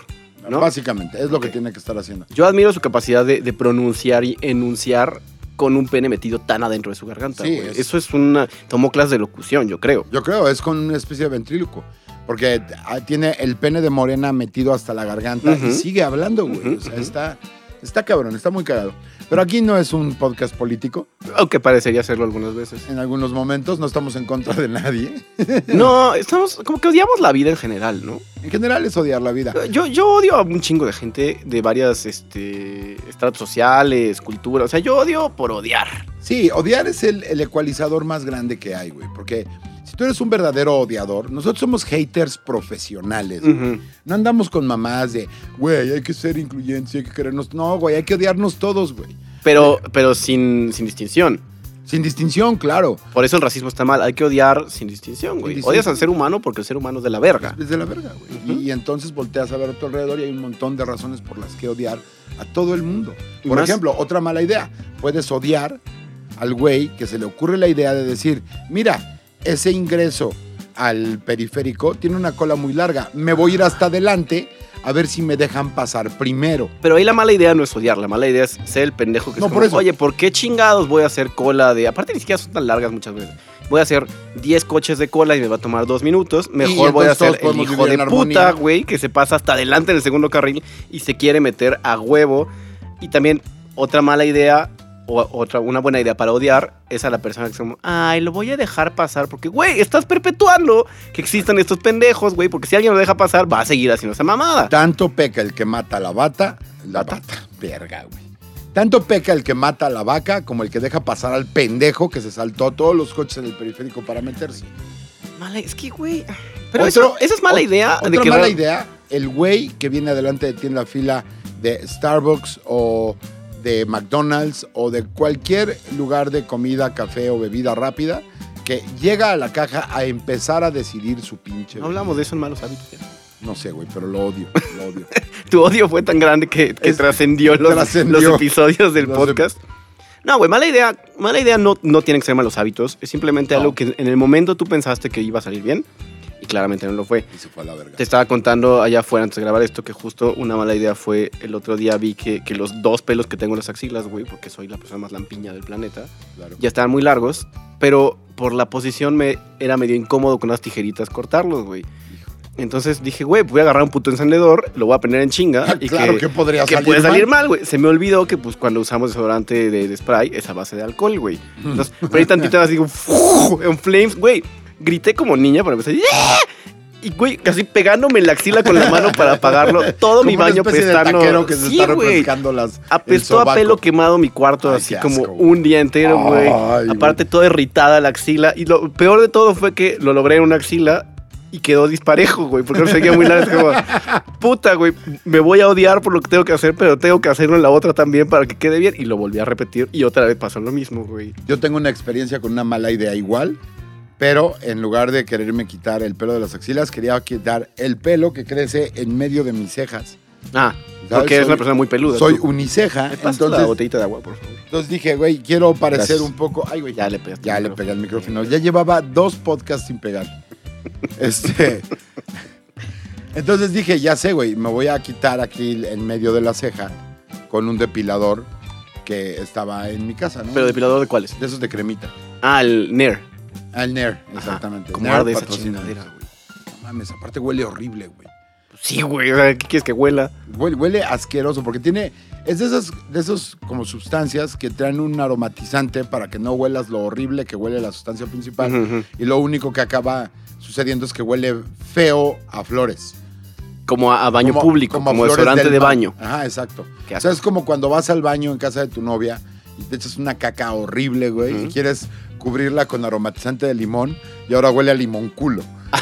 [SPEAKER 2] ¿no?
[SPEAKER 1] Básicamente, es lo
[SPEAKER 2] Ok.
[SPEAKER 1] que tiene que estar haciendo.
[SPEAKER 2] Yo admiro su capacidad de, de pronunciar y enunciar con un pene metido tan adentro de su garganta.
[SPEAKER 1] Sí,
[SPEAKER 2] güey.
[SPEAKER 1] es-
[SPEAKER 2] Eso es una. Tomó clases de locución, yo creo.
[SPEAKER 1] Yo creo, es con una especie de ventríloco. Porque ah, tiene el pene de Morena metido hasta la garganta
[SPEAKER 2] Ujú.
[SPEAKER 1] y sigue hablando, güey.
[SPEAKER 2] Ujú,
[SPEAKER 1] o sea,
[SPEAKER 2] ujú.
[SPEAKER 1] está, está cabrón, está muy cagado. Pero aquí no es un podcast político.
[SPEAKER 2] Aunque parecería hacerlo algunas veces. (laughs)
[SPEAKER 1] En algunos momentos no estamos en contra de nadie.
[SPEAKER 2] No, estamos. Como que odiamos la vida en general, ¿no?
[SPEAKER 1] En general es odiar la vida.
[SPEAKER 2] Yo, yo odio a un chingo de gente de varias este, estratos sociales, culturas. O sea, yo odio por odiar.
[SPEAKER 1] Sí, odiar es el, el ecualizador más grande que hay, güey. Porque si tú eres un verdadero odiador, nosotros somos haters profesionales. güey.
[SPEAKER 2] Ujú.
[SPEAKER 1] No andamos con mamás de, güey, hay que ser incluyentes, y hay que querernos. No, güey, hay que odiarnos todos, güey.
[SPEAKER 2] Pero, pero sin, sin distinción.
[SPEAKER 1] Sin distinción, claro.
[SPEAKER 2] Por eso el racismo está mal. Hay que odiar sin distinción, güey.
[SPEAKER 1] Sin distinción.
[SPEAKER 2] Odias al ser humano porque el ser humano es de la verga.
[SPEAKER 1] Es de la verga, güey.
[SPEAKER 2] Ujú.
[SPEAKER 1] Y entonces volteas a ver a tu alrededor y hay un montón de razones por las que odiar a todo el mundo.
[SPEAKER 2] Y
[SPEAKER 1] Por
[SPEAKER 2] más-
[SPEAKER 1] ejemplo, otra mala idea. Puedes odiar al güey que se le ocurre la idea de decir, mira, ese ingreso al periférico tiene una cola muy larga. Me voy a ir hasta adelante a ver si me dejan pasar primero.
[SPEAKER 2] Pero ahí la mala idea no es odiar, la mala idea es ser el pendejo que es
[SPEAKER 1] No,
[SPEAKER 2] como,
[SPEAKER 1] por eso.
[SPEAKER 2] oye, ¿por qué chingados voy a hacer cola de...? Aparte ni siquiera son tan largas muchas veces. Voy a hacer 10 coches de cola y me va a tomar dos minutos. Mejor
[SPEAKER 1] entonces
[SPEAKER 2] voy a hacer
[SPEAKER 1] todos
[SPEAKER 2] el
[SPEAKER 1] podemos
[SPEAKER 2] hijo
[SPEAKER 1] vivir
[SPEAKER 2] de
[SPEAKER 1] en
[SPEAKER 2] puta,
[SPEAKER 1] armonía.
[SPEAKER 2] güey, que se pasa hasta adelante en el segundo carril y se quiere meter a huevo. Y también otra mala idea, o otra, una buena idea para odiar, es a la persona que es como, ay, lo voy a dejar pasar porque, güey, estás perpetuando que existan estos pendejos, güey, porque si alguien lo deja pasar, va a seguir haciendo esa mamada.
[SPEAKER 1] Tanto peca el que mata a la bata, la bata, (laughs) verga, güey. Tanto peca el que mata a la vaca como el que deja pasar al pendejo que se saltó todos los coches en el periférico para meterse.
[SPEAKER 2] Mala, es que, güey. ah, Pero
[SPEAKER 1] Otro-
[SPEAKER 2] eso- esa es mala
[SPEAKER 1] ot-
[SPEAKER 2] idea.
[SPEAKER 1] Otra
[SPEAKER 2] de que
[SPEAKER 1] mala
[SPEAKER 2] ra-
[SPEAKER 1] idea, el güey que viene adelante de ti en la fila de Starbucks o de McDonald's o de cualquier lugar de comida, café o bebida rápida, que llega a la caja a empezar a decidir su pinche.
[SPEAKER 2] No hablamos de eso en malos hábitos.
[SPEAKER 1] No sé, güey, pero lo odio, lo odio.
[SPEAKER 2] Tu odio fue tan grande que, que
[SPEAKER 1] Es-
[SPEAKER 2] trascendió, los,
[SPEAKER 1] trascendió.
[SPEAKER 2] los episodios del
[SPEAKER 1] Los ep-
[SPEAKER 2] podcast. No, güey, mala idea. Mala idea no, no tiene que ser malos hábitos. Es simplemente
[SPEAKER 1] No.
[SPEAKER 2] algo que en el momento tú pensaste que iba a salir bien y claramente no lo fue.
[SPEAKER 1] Y se fue a la verga.
[SPEAKER 2] Te estaba contando allá afuera antes de grabar esto que justo una mala idea fue el otro día vi que, que los dos pelos que tengo en las axilas, güey, porque soy la persona más lampiña del planeta,
[SPEAKER 1] claro.
[SPEAKER 2] ya estaban muy largos, pero por la posición me era medio incómodo con unas tijeritas cortarlos, güey. Entonces dije, güey, voy a agarrar un puto encendedor, lo voy a prender
[SPEAKER 1] (laughs)
[SPEAKER 2] en chinga y
[SPEAKER 1] claro que,
[SPEAKER 2] que,
[SPEAKER 1] podría
[SPEAKER 2] que
[SPEAKER 1] salir
[SPEAKER 2] puede salir
[SPEAKER 1] mal.
[SPEAKER 2] mal, güey. Se me olvidó que pues cuando usamos desodorante de, de spray es a base de alcohol, güey. Entonces,
[SPEAKER 1] Mm.
[SPEAKER 2] prendí tantito así, como, ¡fuuu! en flames, güey. Grité como niña para empezar. ¡yeah! Y, güey, casi pegándome la axila con la mano para apagarlo. Todo
[SPEAKER 1] Como
[SPEAKER 2] mi
[SPEAKER 1] una
[SPEAKER 2] baño
[SPEAKER 1] especie de
[SPEAKER 2] pestando.
[SPEAKER 1] taquero que se
[SPEAKER 2] Sí,
[SPEAKER 1] está
[SPEAKER 2] güey.
[SPEAKER 1] refrescando las.
[SPEAKER 2] Apestó a
[SPEAKER 1] sobaco.
[SPEAKER 2] pelo quemado mi cuarto
[SPEAKER 1] Ay,
[SPEAKER 2] así
[SPEAKER 1] qué
[SPEAKER 2] como
[SPEAKER 1] asco, güey. Oh.
[SPEAKER 2] un día entero, güey.
[SPEAKER 1] Ay, güey.
[SPEAKER 2] Aparte toda irritada la axila. Y lo peor de todo fue que lo logré en una axila y quedó disparejo, güey. Porque no seguía muy largo. Es como, puta, güey, me voy a odiar por lo que tengo que hacer, pero tengo que hacerlo en la otra también para que quede bien. Y lo volví a repetir y otra vez pasó lo mismo, güey.
[SPEAKER 1] Yo tengo una experiencia con una mala idea igual, pero en lugar de quererme quitar el pelo de las axilas, quería quitar el pelo que crece en medio de mis cejas.
[SPEAKER 2] Ah,
[SPEAKER 1] ¿Sabes?
[SPEAKER 2] porque eres
[SPEAKER 1] Soy-
[SPEAKER 2] una persona muy peluda.
[SPEAKER 1] Soy
[SPEAKER 2] tú.
[SPEAKER 1] uniceja,
[SPEAKER 2] ¿Me pasas la
[SPEAKER 1] entonces,
[SPEAKER 2] botellita de agua, por favor?
[SPEAKER 1] entonces dije, güey, quiero parecer
[SPEAKER 2] Gracias.
[SPEAKER 1] un poco... Ay, güey,
[SPEAKER 2] Ya le pegaste.
[SPEAKER 1] ya
[SPEAKER 2] el
[SPEAKER 1] le
[SPEAKER 2] micrófono.
[SPEAKER 1] pegué el micrófono. Ya llevaba dos podcasts sin pegar.
[SPEAKER 2] (laughs)
[SPEAKER 1] Este... Entonces dije, ya sé, güey, me voy a quitar aquí en medio de la ceja con un depilador que estaba en mi casa, ¿no?
[SPEAKER 2] ¿Pero depilador de cuáles?
[SPEAKER 1] De esos de cremita.
[SPEAKER 2] Ah, el Nair.
[SPEAKER 1] Al Nair,
[SPEAKER 2] Ajá.
[SPEAKER 1] exactamente.
[SPEAKER 2] ¿Cómo
[SPEAKER 1] Nair
[SPEAKER 2] arde esa
[SPEAKER 1] patrocina.
[SPEAKER 2] chingadera, güey?
[SPEAKER 1] No mames, aparte huele horrible, güey.
[SPEAKER 2] Sí, güey. O sea, ¿qué quieres que huela?
[SPEAKER 1] Huele, huele asqueroso porque tiene. Es de esas, de esos como sustancias que traen un aromatizante para que no huelas lo horrible que huele la sustancia principal.
[SPEAKER 2] Ujú, ujú.
[SPEAKER 1] Y lo único que acaba sucediendo es que huele feo a flores.
[SPEAKER 2] Como a, a baño
[SPEAKER 1] Como-
[SPEAKER 2] público, como,
[SPEAKER 1] a flores
[SPEAKER 2] desodorante
[SPEAKER 1] del
[SPEAKER 2] de
[SPEAKER 1] mar.
[SPEAKER 2] baño.
[SPEAKER 1] Ajá, exacto.
[SPEAKER 2] Qué
[SPEAKER 1] O
[SPEAKER 2] asco.
[SPEAKER 1] sea, es como cuando vas al baño en casa de tu novia y te echas una caca horrible, güey,
[SPEAKER 2] Ujú.
[SPEAKER 1] y quieres cubrirla con aromatizante de limón y ahora huele a limón
[SPEAKER 2] (laughs)
[SPEAKER 1] culo. (laughs)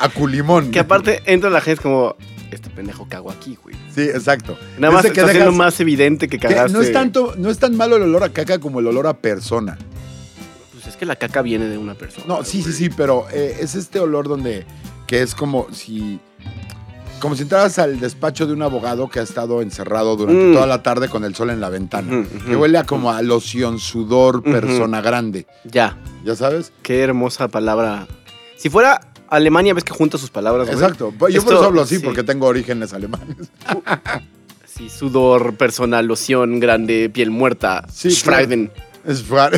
[SPEAKER 1] a culimón.
[SPEAKER 2] Que aparte entra la gente como, este pendejo cago aquí, güey.
[SPEAKER 1] Sí, exacto.
[SPEAKER 2] Nada más
[SPEAKER 1] Ese que
[SPEAKER 2] está haciendo
[SPEAKER 1] dejas-
[SPEAKER 2] más evidente que
[SPEAKER 1] que
[SPEAKER 2] cagaste.
[SPEAKER 1] no es tanto, no es tan malo el olor a caca como el olor a persona.
[SPEAKER 2] Pues es que la caca viene de una persona.
[SPEAKER 1] No, sí, sí,
[SPEAKER 2] güey.
[SPEAKER 1] sí, pero eh, es este olor donde que es como si como si entraras al despacho de un abogado que ha estado encerrado durante
[SPEAKER 2] Mm.
[SPEAKER 1] toda la tarde con el sol en la ventana.
[SPEAKER 2] Ujú, ujú.
[SPEAKER 1] Que huele a como a loción, sudor, persona grande.
[SPEAKER 2] Ya,
[SPEAKER 1] ¿Ya sabes?
[SPEAKER 2] qué hermosa palabra. Si fuera Alemania, ves que junta sus palabras, güey.
[SPEAKER 1] Exacto. Yo por
[SPEAKER 2] Esto-
[SPEAKER 1] eso hablo así,
[SPEAKER 2] sí.
[SPEAKER 1] porque tengo orígenes alemanes.
[SPEAKER 2] Sí, sudor, personal, loción, grande, piel muerta,
[SPEAKER 1] Sí,
[SPEAKER 2] Schreiben.
[SPEAKER 1] Es fra-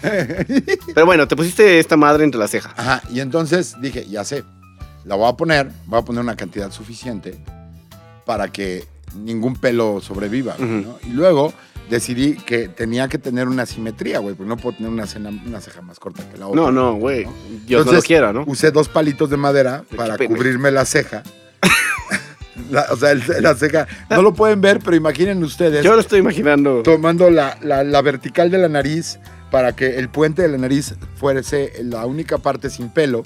[SPEAKER 2] Pero bueno, te pusiste esta madre entre las cejas.
[SPEAKER 1] Ajá, y entonces dije, ya sé, la voy a poner, voy a poner una cantidad suficiente para que ningún pelo sobreviva, güey,
[SPEAKER 2] Ujú.
[SPEAKER 1] ¿no? Y luego decidí que tenía que tener una simetría, güey, porque no puedo tener una, cena- una ceja más corta que la otra.
[SPEAKER 2] No, no, güey.
[SPEAKER 1] ¿no?
[SPEAKER 2] Dios no lo
[SPEAKER 1] Entonces,
[SPEAKER 2] quiera, ¿no?
[SPEAKER 1] Usé dos palitos de madera
[SPEAKER 2] qué
[SPEAKER 1] para
[SPEAKER 2] pena.
[SPEAKER 1] cubrirme la
[SPEAKER 2] (laughs)
[SPEAKER 1] ceja. (laughs) La- o sea, el- la ceja. No lo pueden ver, pero imaginen ustedes
[SPEAKER 2] Yo lo estoy imaginando.
[SPEAKER 1] tomando la, la- la vertical de la nariz para que el puente de la nariz fuese la única parte sin pelo.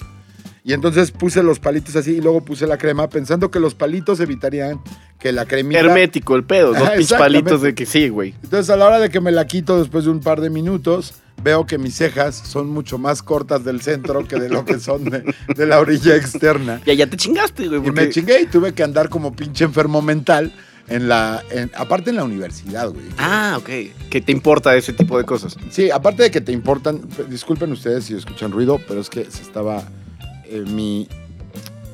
[SPEAKER 1] Y entonces puse los palitos así y luego puse la crema pensando que los palitos evitarían que la cremita...
[SPEAKER 2] Hermético el pedo, dos
[SPEAKER 1] Ajá,
[SPEAKER 2] pinches palitos
[SPEAKER 1] (laughs)
[SPEAKER 2] de
[SPEAKER 1] exactamente.
[SPEAKER 2] que sí, güey.
[SPEAKER 1] Entonces a la hora de que me la quito después de un par de minutos, veo que mis cejas son mucho más cortas del centro que de lo que son de, de la orilla externa.
[SPEAKER 2] Ya, ya te chingaste, güey.
[SPEAKER 1] Y
[SPEAKER 2] Porque...
[SPEAKER 1] me chingué y tuve que andar como pinche enfermo mental en la... en- aparte en la universidad, güey.
[SPEAKER 2] Ah, ok. ¿Qué te importa ese tipo de cosas?
[SPEAKER 1] Sí, aparte de que te importan, disculpen ustedes si escuchan ruido, pero es que se estaba eh, mi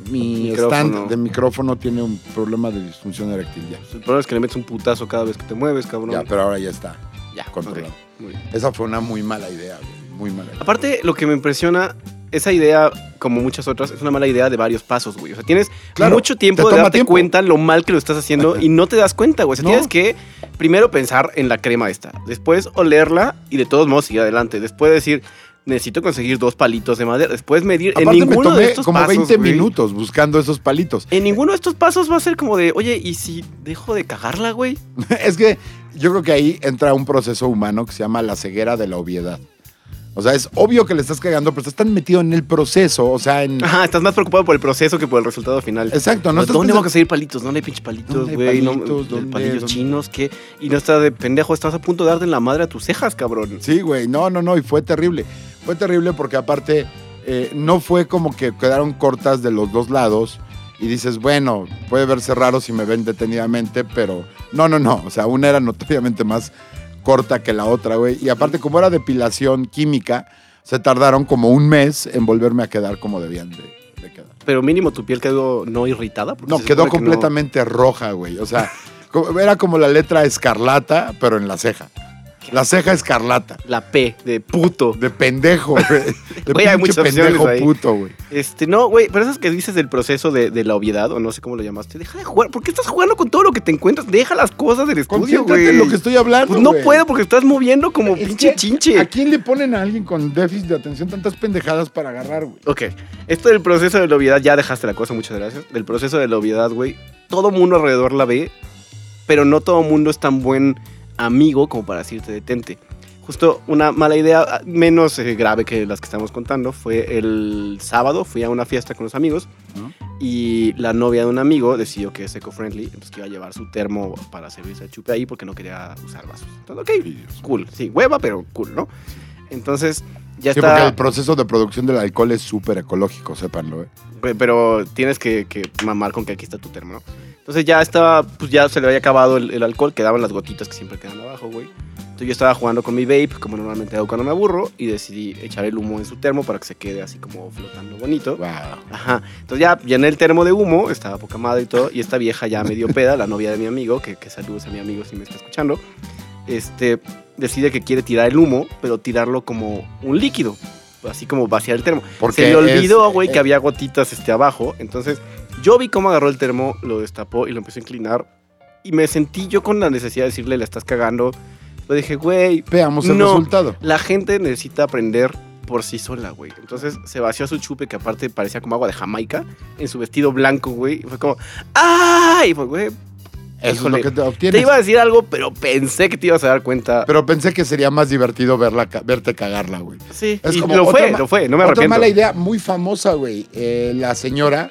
[SPEAKER 1] mi
[SPEAKER 2] Micrófono.
[SPEAKER 1] stand de micrófono tiene un problema de disfunción eréctil ya.
[SPEAKER 2] El problema es que le metes un putazo cada vez que te mueves, cabrón.
[SPEAKER 1] Ya, pero ahora ya está.
[SPEAKER 2] Ya,
[SPEAKER 1] controlado.
[SPEAKER 2] ok, muy bien.
[SPEAKER 1] Esa fue una muy mala idea, güey, muy mala. idea.
[SPEAKER 2] Aparte, lo que me impresiona, esa idea, como muchas otras, es una mala idea de varios pasos, güey. O sea, tienes
[SPEAKER 1] Claro,
[SPEAKER 2] mucho tiempo
[SPEAKER 1] te
[SPEAKER 2] de
[SPEAKER 1] toma
[SPEAKER 2] darte
[SPEAKER 1] tiempo.
[SPEAKER 2] cuenta lo mal que lo estás haciendo y no te das cuenta, güey. O sea,
[SPEAKER 1] No.
[SPEAKER 2] tienes que primero pensar en la crema esta, después olerla y de todos modos seguir adelante. Después decir, necesito conseguir dos palitos de madera. Después medir. en
[SPEAKER 1] Aparte me
[SPEAKER 2] ninguno de
[SPEAKER 1] tomé
[SPEAKER 2] estos
[SPEAKER 1] como
[SPEAKER 2] pasos,
[SPEAKER 1] 20
[SPEAKER 2] güey,
[SPEAKER 1] minutos buscando esos palitos. (laughs)
[SPEAKER 2] En ninguno de estos pasos va a ser como de, oye, ¿y si dejo de cagarla, güey?
[SPEAKER 1] es que yo creo que ahí entra un proceso humano que se llama la ceguera de la obviedad. O sea, es obvio que le estás cagando, pero estás tan metido en el proceso, o sea, en
[SPEAKER 2] Ajá, estás más preocupado por el proceso que por el resultado final.
[SPEAKER 1] Exacto, no
[SPEAKER 2] Pues,
[SPEAKER 1] estás
[SPEAKER 2] ¿Dónde
[SPEAKER 1] pensando-
[SPEAKER 2] voy a conseguir palitos? ¿Dónde hay pinches palitos,
[SPEAKER 1] ¿Dónde hay
[SPEAKER 2] güey? No,
[SPEAKER 1] palitos?
[SPEAKER 2] de
[SPEAKER 1] ¿Dónde?
[SPEAKER 2] palillos
[SPEAKER 1] ¿Dónde?
[SPEAKER 2] chinos, ¿qué? Y no estás de pendejo, estás a punto de darle en la madre a tus cejas, cabrón.
[SPEAKER 1] Sí, güey, no, no, no, y fue terrible. Fue terrible porque aparte eh, no fue como que quedaron cortas de los dos lados y dices, bueno, puede verse raro si me ven detenidamente, pero no, no, no, o sea, una era (laughs) notoriamente más corta que la otra, güey. Y aparte como era depilación química, se tardaron como un mes en volverme a quedar como debían de, de quedar.
[SPEAKER 2] Pero mínimo tu piel quedó no irritada. porque
[SPEAKER 1] No,
[SPEAKER 2] se
[SPEAKER 1] quedó
[SPEAKER 2] supone que no-
[SPEAKER 1] completamente roja, güey. O sea, (laughs) co- era como la letra escarlata, pero en la ceja. La ceja escarlata.
[SPEAKER 2] La P de puto.
[SPEAKER 1] De pendejo, güey. De
[SPEAKER 2] (laughs) Güey, hay
[SPEAKER 1] pinche
[SPEAKER 2] muchas
[SPEAKER 1] pendejo
[SPEAKER 2] opciones ahí.
[SPEAKER 1] puto, güey.
[SPEAKER 2] Este, no, güey, pero esas que dices del proceso de, de la obviedad, o no sé cómo lo llamaste, deja de jugar. ¿Por qué estás jugando con todo lo que te encuentras? Deja las cosas del estudio,
[SPEAKER 1] Concéntrate en
[SPEAKER 2] güey.
[SPEAKER 1] lo que estoy hablando,
[SPEAKER 2] Pues no
[SPEAKER 1] güey.
[SPEAKER 2] puedo porque estás moviendo como
[SPEAKER 1] Es
[SPEAKER 2] pinche
[SPEAKER 1] que,
[SPEAKER 2] chinche.
[SPEAKER 1] ¿A quién le ponen a alguien con déficit de atención tantas pendejadas para agarrar, güey?
[SPEAKER 2] Ok, esto del proceso de la obviedad, ya dejaste la cosa, muchas gracias. Del proceso de la obviedad, güey, todo mundo alrededor la ve, pero no todo mundo es tan buen amigo como para decirte detente. Justo una mala idea, ah, menos eh, grave que las que estamos contando, fue el sábado, fui a una fiesta con los amigos
[SPEAKER 1] ¿No?
[SPEAKER 2] y la novia de un amigo decidió que es eco-friendly, entonces que iba a llevar su termo para servirse el chupe ahí porque no quería usar vasos. Entonces, ok, cool, sí, hueva, pero cool, ¿no? Entonces, ya
[SPEAKER 1] Sí,
[SPEAKER 2] está...
[SPEAKER 1] porque el proceso de producción del alcohol es súper ecológico, sépanlo, ¿eh?
[SPEAKER 2] Pe- Pero tienes que, que mamar con que aquí está tu termo, ¿no? Entonces ya estaba, pues ya se le había acabado el, el alcohol, quedaban las gotitas que siempre quedan abajo, güey. Entonces yo estaba jugando con mi vape, como normalmente hago cuando me aburro, y decidí echar el humo en su termo para que se quede así como flotando bonito.
[SPEAKER 1] Wow.
[SPEAKER 2] Ajá. Entonces ya llené el termo de humo, estaba poca madre y todo, y esta vieja ya medio peda, la novia de mi amigo, que, que saludos a mi amigo si me está escuchando, este, decide que quiere tirar el humo, pero tirarlo como un líquido, así como vaciar el termo.
[SPEAKER 1] Porque
[SPEAKER 2] Se le
[SPEAKER 1] es-
[SPEAKER 2] olvidó, güey, que
[SPEAKER 1] eh,
[SPEAKER 2] había gotitas este, abajo. Entonces, yo vi cómo agarró el termo, lo destapó y lo empezó a inclinar. Y me sentí yo con la necesidad de decirle, la estás cagando. Yo dije, güey,
[SPEAKER 1] Veamos el
[SPEAKER 2] No.
[SPEAKER 1] resultado.
[SPEAKER 2] la gente necesita aprender por sí sola, güey. Entonces, se vació su chupe, que aparte parecía como agua de Jamaica, en su vestido blanco, güey. Y fue como, ¡ay! Y fue, güey,
[SPEAKER 1] Eso
[SPEAKER 2] Híjole.
[SPEAKER 1] es lo que te obtienes.
[SPEAKER 2] te iba a decir algo, pero pensé que te ibas a dar cuenta.
[SPEAKER 1] Pero pensé que sería más divertido verla, ca- verte cagarla, güey.
[SPEAKER 2] sí,
[SPEAKER 1] es
[SPEAKER 2] y
[SPEAKER 1] como
[SPEAKER 2] lo
[SPEAKER 1] otra
[SPEAKER 2] fue,
[SPEAKER 1] ma-
[SPEAKER 2] lo fue, no me
[SPEAKER 1] Otra
[SPEAKER 2] arrepiento.
[SPEAKER 1] mala idea muy famosa, güey. Eh, la señora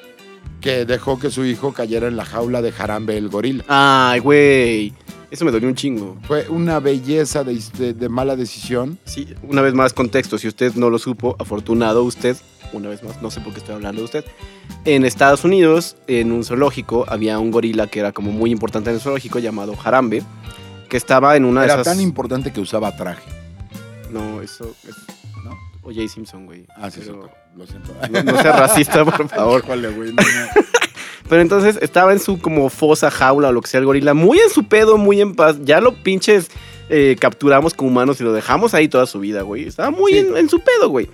[SPEAKER 1] que dejó que su hijo cayera en la jaula de Jarambe el gorila.
[SPEAKER 2] Ay, güey, eso me dolió un chingo.
[SPEAKER 1] Fue una belleza de, de- de mala decisión.
[SPEAKER 2] Sí, una vez más contexto, si usted no lo supo, afortunado usted, una vez más, no sé por qué estoy hablando de usted. En Estados Unidos, en un zoológico, había un gorila que era como muy importante en el zoológico llamado Harambe, que estaba en una
[SPEAKER 1] Era
[SPEAKER 2] de esas...
[SPEAKER 1] tan importante que usaba traje.
[SPEAKER 2] No, eso es...
[SPEAKER 1] ¿No?
[SPEAKER 2] O.J. Simpson, güey.
[SPEAKER 1] Ah, sí,
[SPEAKER 2] Pero-
[SPEAKER 1] cierto. Lo siento. (laughs)
[SPEAKER 2] No, no sea racista, por favor.
[SPEAKER 1] Híjole, güey. no, no.
[SPEAKER 2] Pero entonces estaba en su como fosa, jaula o lo que sea el gorila, muy en su pedo, muy en paz. Ya lo pinches eh, capturamos como humanos y lo dejamos ahí toda su vida, güey. Estaba muy
[SPEAKER 1] Sí.
[SPEAKER 2] en, en su pedo, güey.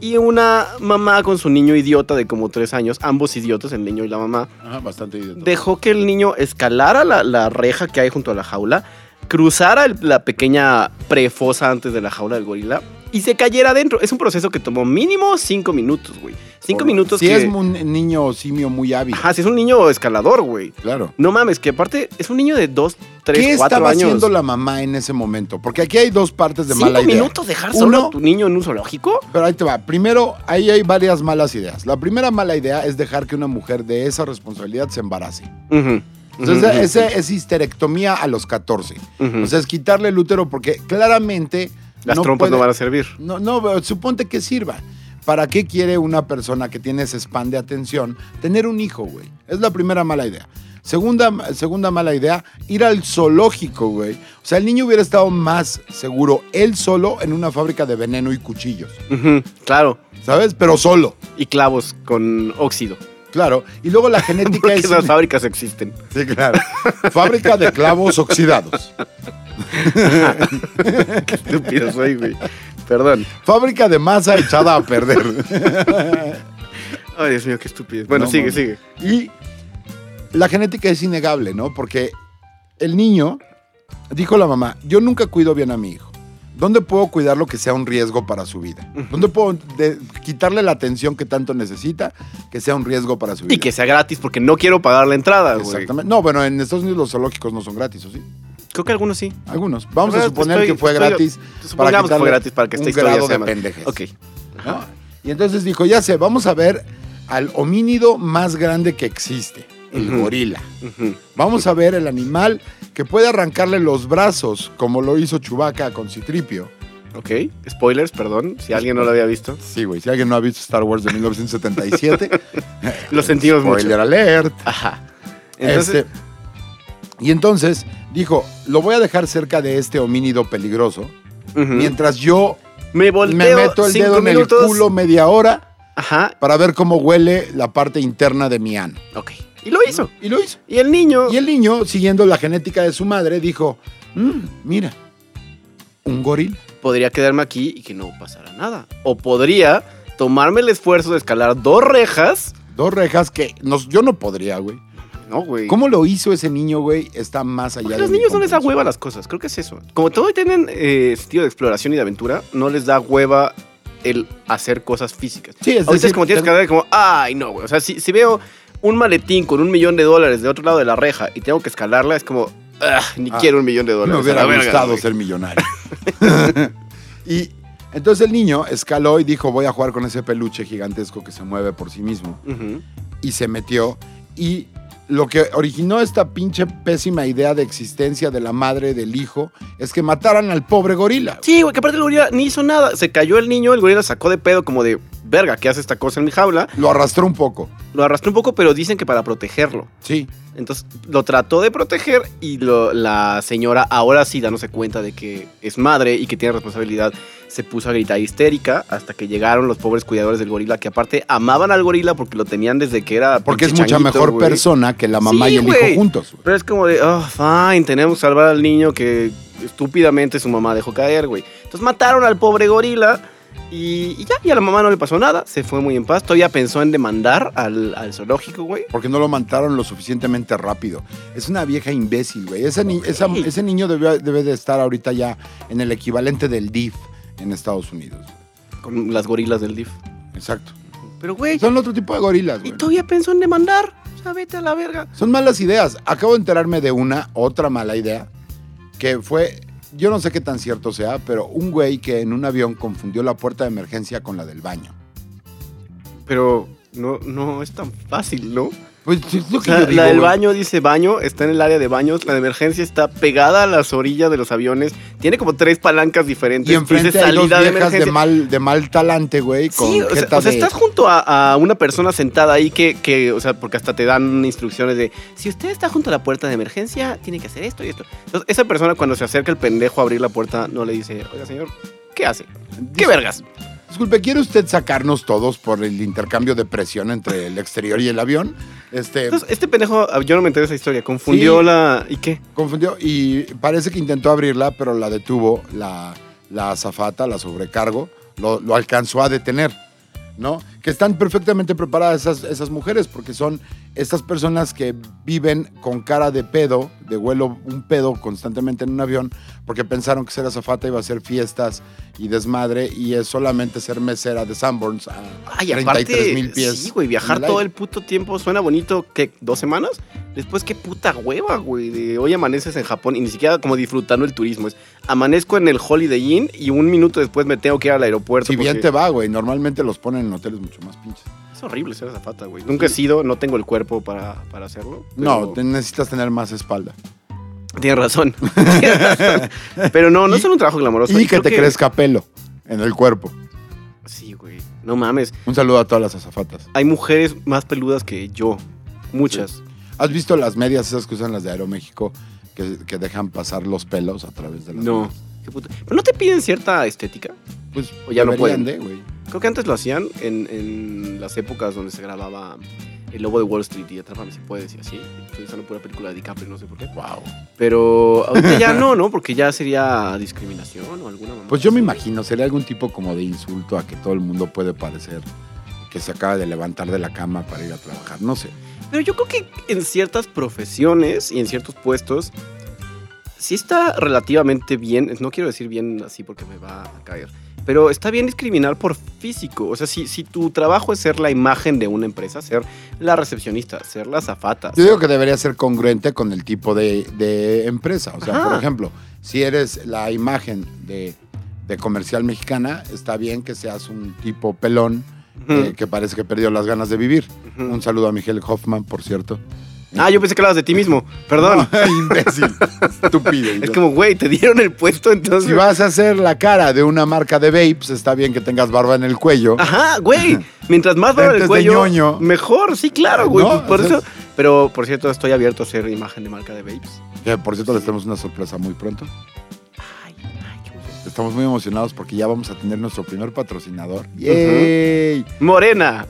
[SPEAKER 2] Y una mamá con su niño idiota de como tres años, ambos idiotas, el niño y la mamá,
[SPEAKER 1] (laughs) Ajá, bastante idiota.
[SPEAKER 2] dejó que el niño escalara la, la reja que hay junto a la jaula, cruzara el- la pequeña prefosa antes de la jaula del gorila y se cayera adentro. Es un proceso que tomó mínimo cinco minutos, güey. Cinco
[SPEAKER 1] Por-
[SPEAKER 2] minutos
[SPEAKER 1] Si
[SPEAKER 2] que...
[SPEAKER 1] es un niño simio muy hábil.
[SPEAKER 2] Ajá, si es un niño escalador, güey.
[SPEAKER 1] Claro.
[SPEAKER 2] No mames, que aparte es un niño de 2, 3,
[SPEAKER 1] ¿Qué
[SPEAKER 2] 4
[SPEAKER 1] estaba
[SPEAKER 2] años.
[SPEAKER 1] haciendo la mamá en ese momento? Porque aquí hay dos partes de
[SPEAKER 2] ¿Cinco
[SPEAKER 1] mala idea.
[SPEAKER 2] minutos dejar solo
[SPEAKER 1] Uno-
[SPEAKER 2] a tu niño en un zoológico?
[SPEAKER 1] Pero ahí te va. Primero, ahí hay varias malas ideas. La primera mala idea es dejar que una mujer de esa responsabilidad se embarace.
[SPEAKER 2] Ujú,
[SPEAKER 1] Entonces,
[SPEAKER 2] ujú,
[SPEAKER 1] ese es histerectomía a los 14.
[SPEAKER 2] ujú.
[SPEAKER 1] O sea, es quitarle el útero porque claramente...
[SPEAKER 2] Las trompas no
[SPEAKER 1] puede-
[SPEAKER 2] van a servir.
[SPEAKER 1] No, no, pero suponte que sirva. ¿Para qué quiere una persona que tiene ese span de atención tener un hijo, güey? Es la primera mala idea. Segunda, segunda mala idea, ir al zoológico, güey. O sea, el niño hubiera estado más seguro él solo en una fábrica de veneno y cuchillos,
[SPEAKER 2] Ujú, claro.
[SPEAKER 1] ¿sabes? Pero solo,
[SPEAKER 2] Y clavos con
[SPEAKER 1] (laughs)
[SPEAKER 2] óxido.
[SPEAKER 1] claro. Y luego la genética
[SPEAKER 2] Porque
[SPEAKER 1] es...
[SPEAKER 2] esas
[SPEAKER 1] (laughs)
[SPEAKER 2] fábricas existen.
[SPEAKER 1] Sí, claro. Fábrica de clavos oxidados.
[SPEAKER 2] Qué estúpido soy, güey. Perdón.
[SPEAKER 1] Fábrica de masa echada a perder.
[SPEAKER 2] Ay, Dios mío, qué estúpido. Bueno,
[SPEAKER 1] No,
[SPEAKER 2] sigue,
[SPEAKER 1] mames.
[SPEAKER 2] sigue.
[SPEAKER 1] Y la genética es innegable, ¿no? Porque el niño, dijo la mamá, yo nunca cuido bien a mi hijo. ¿Dónde puedo cuidar lo que sea un riesgo para su vida? ¿Dónde puedo de- quitarle la atención que tanto necesita que sea un riesgo para su vida?
[SPEAKER 2] Y que sea gratis porque no quiero pagar la entrada, güey.
[SPEAKER 1] Exactamente. No, bueno, en Estados Unidos los zoológicos no son gratis, ¿o sí?
[SPEAKER 2] Creo que algunos sí.
[SPEAKER 1] Algunos. Vamos a
[SPEAKER 2] Pero
[SPEAKER 1] suponer
[SPEAKER 2] estoy-
[SPEAKER 1] que fue
[SPEAKER 2] estoy-
[SPEAKER 1] gratis.
[SPEAKER 2] Supongamos que fue
[SPEAKER 1] quitarle
[SPEAKER 2] gratis para que esta
[SPEAKER 1] un
[SPEAKER 2] historia
[SPEAKER 1] grado
[SPEAKER 2] sea
[SPEAKER 1] de
[SPEAKER 2] más-
[SPEAKER 1] pendejez.
[SPEAKER 2] Ok.
[SPEAKER 1] ¿no? Y entonces dijo, ya sé, vamos a ver al homínido más grande que existe, el
[SPEAKER 2] Ujú.
[SPEAKER 1] gorila.
[SPEAKER 2] Ujú.
[SPEAKER 1] Vamos a ver el animal que puede arrancarle los brazos, como lo hizo Chubaca con Citripio.
[SPEAKER 2] Ok. Spoilers, perdón, si alguien no lo había visto.
[SPEAKER 1] Sí, güey, si alguien no ha visto Star Wars de 1977,
[SPEAKER 2] Lo (laughs) sentimos mucho.
[SPEAKER 1] spoiler alert.
[SPEAKER 2] Ajá. Entonces,
[SPEAKER 1] Este, y entonces dijo, lo voy a dejar cerca de este homínido peligroso,
[SPEAKER 2] ujú.
[SPEAKER 1] mientras yo
[SPEAKER 2] me volteo
[SPEAKER 1] me meto el
[SPEAKER 2] cinco
[SPEAKER 1] dedo en
[SPEAKER 2] minutos.
[SPEAKER 1] el culo media hora
[SPEAKER 2] Ajá,
[SPEAKER 1] para ver cómo huele la parte interna de mi ano.
[SPEAKER 2] ok. Y lo hizo.
[SPEAKER 1] Y lo hizo.
[SPEAKER 2] Y el niño.
[SPEAKER 1] Y el niño, siguiendo la genética de su madre, dijo, "Mm, mira, un gorila.
[SPEAKER 2] Podría quedarme aquí y que no pasara nada. O podría tomarme el esfuerzo de escalar dos rejas.
[SPEAKER 1] Dos rejas que nos- yo no podría, güey.
[SPEAKER 2] No, güey.
[SPEAKER 1] ¿Cómo lo hizo ese niño, güey? Está más allá
[SPEAKER 2] Porque
[SPEAKER 1] de
[SPEAKER 2] los
[SPEAKER 1] mi
[SPEAKER 2] niños no les da
[SPEAKER 1] comprensión.
[SPEAKER 2] hueva las cosas, creo que es eso. Como todos tienen eh, sentido de exploración y de aventura, no les da hueva el hacer cosas físicas.
[SPEAKER 1] Sí, es
[SPEAKER 2] Ahorita es
[SPEAKER 1] decir,
[SPEAKER 2] como tienes
[SPEAKER 1] te-
[SPEAKER 2] que hablar como, ay, no, güey. O sea, si, si veo un maletín con un millón de dólares de otro lado de la reja y tengo que escalarla, es como, "Ah, ni
[SPEAKER 1] Ah,
[SPEAKER 2] quiero un millón de dólares.
[SPEAKER 1] Me
[SPEAKER 2] a
[SPEAKER 1] hubiera
[SPEAKER 2] la verga,
[SPEAKER 1] gustado
[SPEAKER 2] güey".
[SPEAKER 1] ser
[SPEAKER 2] (laughs)
[SPEAKER 1] millonario. y entonces el niño escaló y dijo, voy a jugar con ese peluche gigantesco que se mueve por sí mismo.
[SPEAKER 2] Ujú.
[SPEAKER 1] y se metió. Y lo que originó esta pinche pésima idea de existencia de la madre del hijo es que mataran al pobre gorila.
[SPEAKER 2] Sí, güey, que aparte el gorila ni hizo nada. Se cayó el niño, el gorila sacó de pedo como de, verga, ¿qué hace esta cosa en mi jaula?
[SPEAKER 1] Lo arrastró un poco.
[SPEAKER 2] Lo arrastró un poco, pero dicen que para protegerlo.
[SPEAKER 1] Sí.
[SPEAKER 2] Entonces lo trató de proteger y lo- la señora, ahora sí dándose cuenta de que es madre y que tiene responsabilidad, se puso a gritar histérica hasta que llegaron los pobres cuidadores del gorila, que aparte amaban al gorila porque lo tenían desde que era.
[SPEAKER 1] Porque es
[SPEAKER 2] pinche
[SPEAKER 1] mucha
[SPEAKER 2] changuito,
[SPEAKER 1] mejor
[SPEAKER 2] güey.
[SPEAKER 1] persona que la mamá
[SPEAKER 2] Sí,
[SPEAKER 1] y el
[SPEAKER 2] güey.
[SPEAKER 1] hijo juntos. güey.
[SPEAKER 2] Pero es como de, oh, fine, tenemos que salvar al niño que estúpidamente su mamá dejó caer, güey. Entonces mataron al pobre gorila y, y ya, y a la mamá no le pasó nada, se fue muy en paz. Todavía pensó en demandar al, al zoológico, güey.
[SPEAKER 1] Porque no lo mataron lo suficientemente rápido. Es una vieja imbécil, güey. Ese, ni- esa-
[SPEAKER 2] Ok.
[SPEAKER 1] ese niño debe, debe de estar ahorita ya en el equivalente del DIF en Estados Unidos.
[SPEAKER 2] Con las gorilas del DIF.
[SPEAKER 1] Exacto.
[SPEAKER 2] Pero, güey,
[SPEAKER 1] Son otro tipo de gorilas,
[SPEAKER 2] y
[SPEAKER 1] güey.
[SPEAKER 2] todavía pensó en demandar. O sea, vete a la verga.
[SPEAKER 1] Son malas ideas. Acabo de enterarme de una, otra mala idea, que fue, yo no sé qué tan cierto sea, pero un güey que en un avión confundió la puerta de emergencia con la del baño.
[SPEAKER 2] Pero no, no es tan fácil, ¿no?
[SPEAKER 1] Pues es lo
[SPEAKER 2] O
[SPEAKER 1] que
[SPEAKER 2] sea,
[SPEAKER 1] yo digo,
[SPEAKER 2] la del
[SPEAKER 1] güey.
[SPEAKER 2] baño dice baño, está en el área de baños, la de emergencia está pegada a las orillas de los aviones, tiene como tres palancas diferentes,
[SPEAKER 1] Y enfrente
[SPEAKER 2] dice
[SPEAKER 1] hay dos
[SPEAKER 2] salida de
[SPEAKER 1] viejas de,
[SPEAKER 2] emergencia.
[SPEAKER 1] mal, de mal talante, güey. Con
[SPEAKER 2] sí, o sea,
[SPEAKER 1] jeta
[SPEAKER 2] o sea,
[SPEAKER 1] de-
[SPEAKER 2] estás junto a, a una persona sentada ahí que, que, o sea, porque hasta te dan instrucciones de, si usted está junto a la puerta de emergencia, tiene que hacer esto y esto. Entonces, esa persona cuando se acerca el pendejo a abrir la puerta, no le dice, oiga señor, ¿qué hace? ¿Qué vergas?
[SPEAKER 1] Disculpe, ¿quiere usted sacarnos todos por el intercambio de presión entre el exterior y el avión? Este,
[SPEAKER 2] Entonces, este pendejo, ah, yo no me enteré de esa historia, confundió
[SPEAKER 1] Sí.
[SPEAKER 2] la... ¿Y qué?
[SPEAKER 1] confundió y parece que intentó abrirla, pero la detuvo la, la azafata, la sobrecargo, lo, lo alcanzó a detener, ¿no? Que están perfectamente preparadas esas, esas mujeres, porque son estas personas que viven con cara de pedo, de vuelo, un pedo constantemente en un avión, porque pensaron que ser azafata iba a ser fiestas y desmadre, y es solamente ser mesera de Sanborns a
[SPEAKER 2] Ay,
[SPEAKER 1] 33
[SPEAKER 2] aparte,
[SPEAKER 1] mil pies.
[SPEAKER 2] sí, güey, viajar
[SPEAKER 1] en el
[SPEAKER 2] todo
[SPEAKER 1] aire.
[SPEAKER 2] el puto tiempo suena bonito, ¿qué? ¿Dos semanas? Después, qué puta hueva, güey. de Hoy amaneces en Japón y ni siquiera como disfrutando el turismo. Es amanezco en el Holiday Inn y un minuto después me tengo que ir al aeropuerto.
[SPEAKER 1] Si bien
[SPEAKER 2] porque
[SPEAKER 1] te va, güey, normalmente los ponen en hoteles mucho más pinches.
[SPEAKER 2] Es horrible ser azafata, güey. Nunca he sido, no tengo el cuerpo para, para hacerlo. pero-
[SPEAKER 1] No, te necesitas tener más espalda. (laughs)
[SPEAKER 2] tienes razón. Tienes razón. pero no, no es
[SPEAKER 1] Y-
[SPEAKER 2] solo un trabajo glamoroso.
[SPEAKER 1] y que
[SPEAKER 2] creo
[SPEAKER 1] te crezca pelo en el cuerpo.
[SPEAKER 2] Sí, güey. No mames.
[SPEAKER 1] Un saludo a todas las azafatas.
[SPEAKER 2] Hay mujeres más peludas que yo. Muchas.
[SPEAKER 1] ¿Has visto las medias esas que usan las de Aeroméxico que, que dejan pasar los pelos a través de las
[SPEAKER 2] No.
[SPEAKER 1] medias?
[SPEAKER 2] Qué puto- Pero no te piden cierta estética.
[SPEAKER 1] Pues
[SPEAKER 2] O ya no
[SPEAKER 1] deberían
[SPEAKER 2] pueden.
[SPEAKER 1] de, güey.
[SPEAKER 2] Creo que antes lo hacían en, en las épocas donde se grababa El Lobo de Wall Street y Atrápame si puedes y así. Estoy usando pura película de DiCaprio, no sé por qué.
[SPEAKER 1] Wow.
[SPEAKER 2] Pero
[SPEAKER 1] (laughs)
[SPEAKER 2] ahorita ya no, ¿no? Porque ya sería discriminación o alguna mamá.
[SPEAKER 1] Pues yo me imagino, sería algún tipo como de insulto a que todo el mundo puede parecer que se acaba de levantar de la cama para ir a trabajar. No sé.
[SPEAKER 2] Pero yo creo que en ciertas profesiones y en ciertos puestos sí está relativamente bien, no quiero decir bien así porque me va a caer, pero está bien discriminar por físico. O sea, si, si tu trabajo es ser la imagen de una empresa, ser la recepcionista, ser la zafata.
[SPEAKER 1] Yo digo que debería ser congruente con el tipo de, de empresa. O sea,
[SPEAKER 2] Ajá.
[SPEAKER 1] por ejemplo, si eres la imagen de, de comercial mexicana, está bien que seas un tipo pelón
[SPEAKER 2] Mm.
[SPEAKER 1] eh, que parece que perdió las ganas de vivir. Un saludo a Miguel Hoffman, por cierto.
[SPEAKER 2] Ah, yo pensé que hablabas de ti mismo,
[SPEAKER 1] (laughs)
[SPEAKER 2] perdón.
[SPEAKER 1] No, imbécil. Estúpido.
[SPEAKER 2] Es como, güey, te dieron el puesto, entonces...
[SPEAKER 1] Si vas a hacer la cara de una marca de vapes, está bien que tengas barba en el cuello.
[SPEAKER 2] Ajá, güey. Mientras más va
[SPEAKER 1] Lentes
[SPEAKER 2] el
[SPEAKER 1] de
[SPEAKER 2] cuello,
[SPEAKER 1] ñoño.
[SPEAKER 2] mejor. Sí, claro, güey.
[SPEAKER 1] No,
[SPEAKER 2] por
[SPEAKER 1] o sea-
[SPEAKER 2] eso. Pero, por cierto, estoy abierto a ser imagen de marca de vapes.
[SPEAKER 1] Que, por cierto, les tenemos una sorpresa muy pronto.
[SPEAKER 2] Ay, ay, qué bueno.
[SPEAKER 1] Estamos muy emocionados porque ya vamos a tener nuestro primer patrocinador. ¡Yay! (laughs)
[SPEAKER 2] Morena.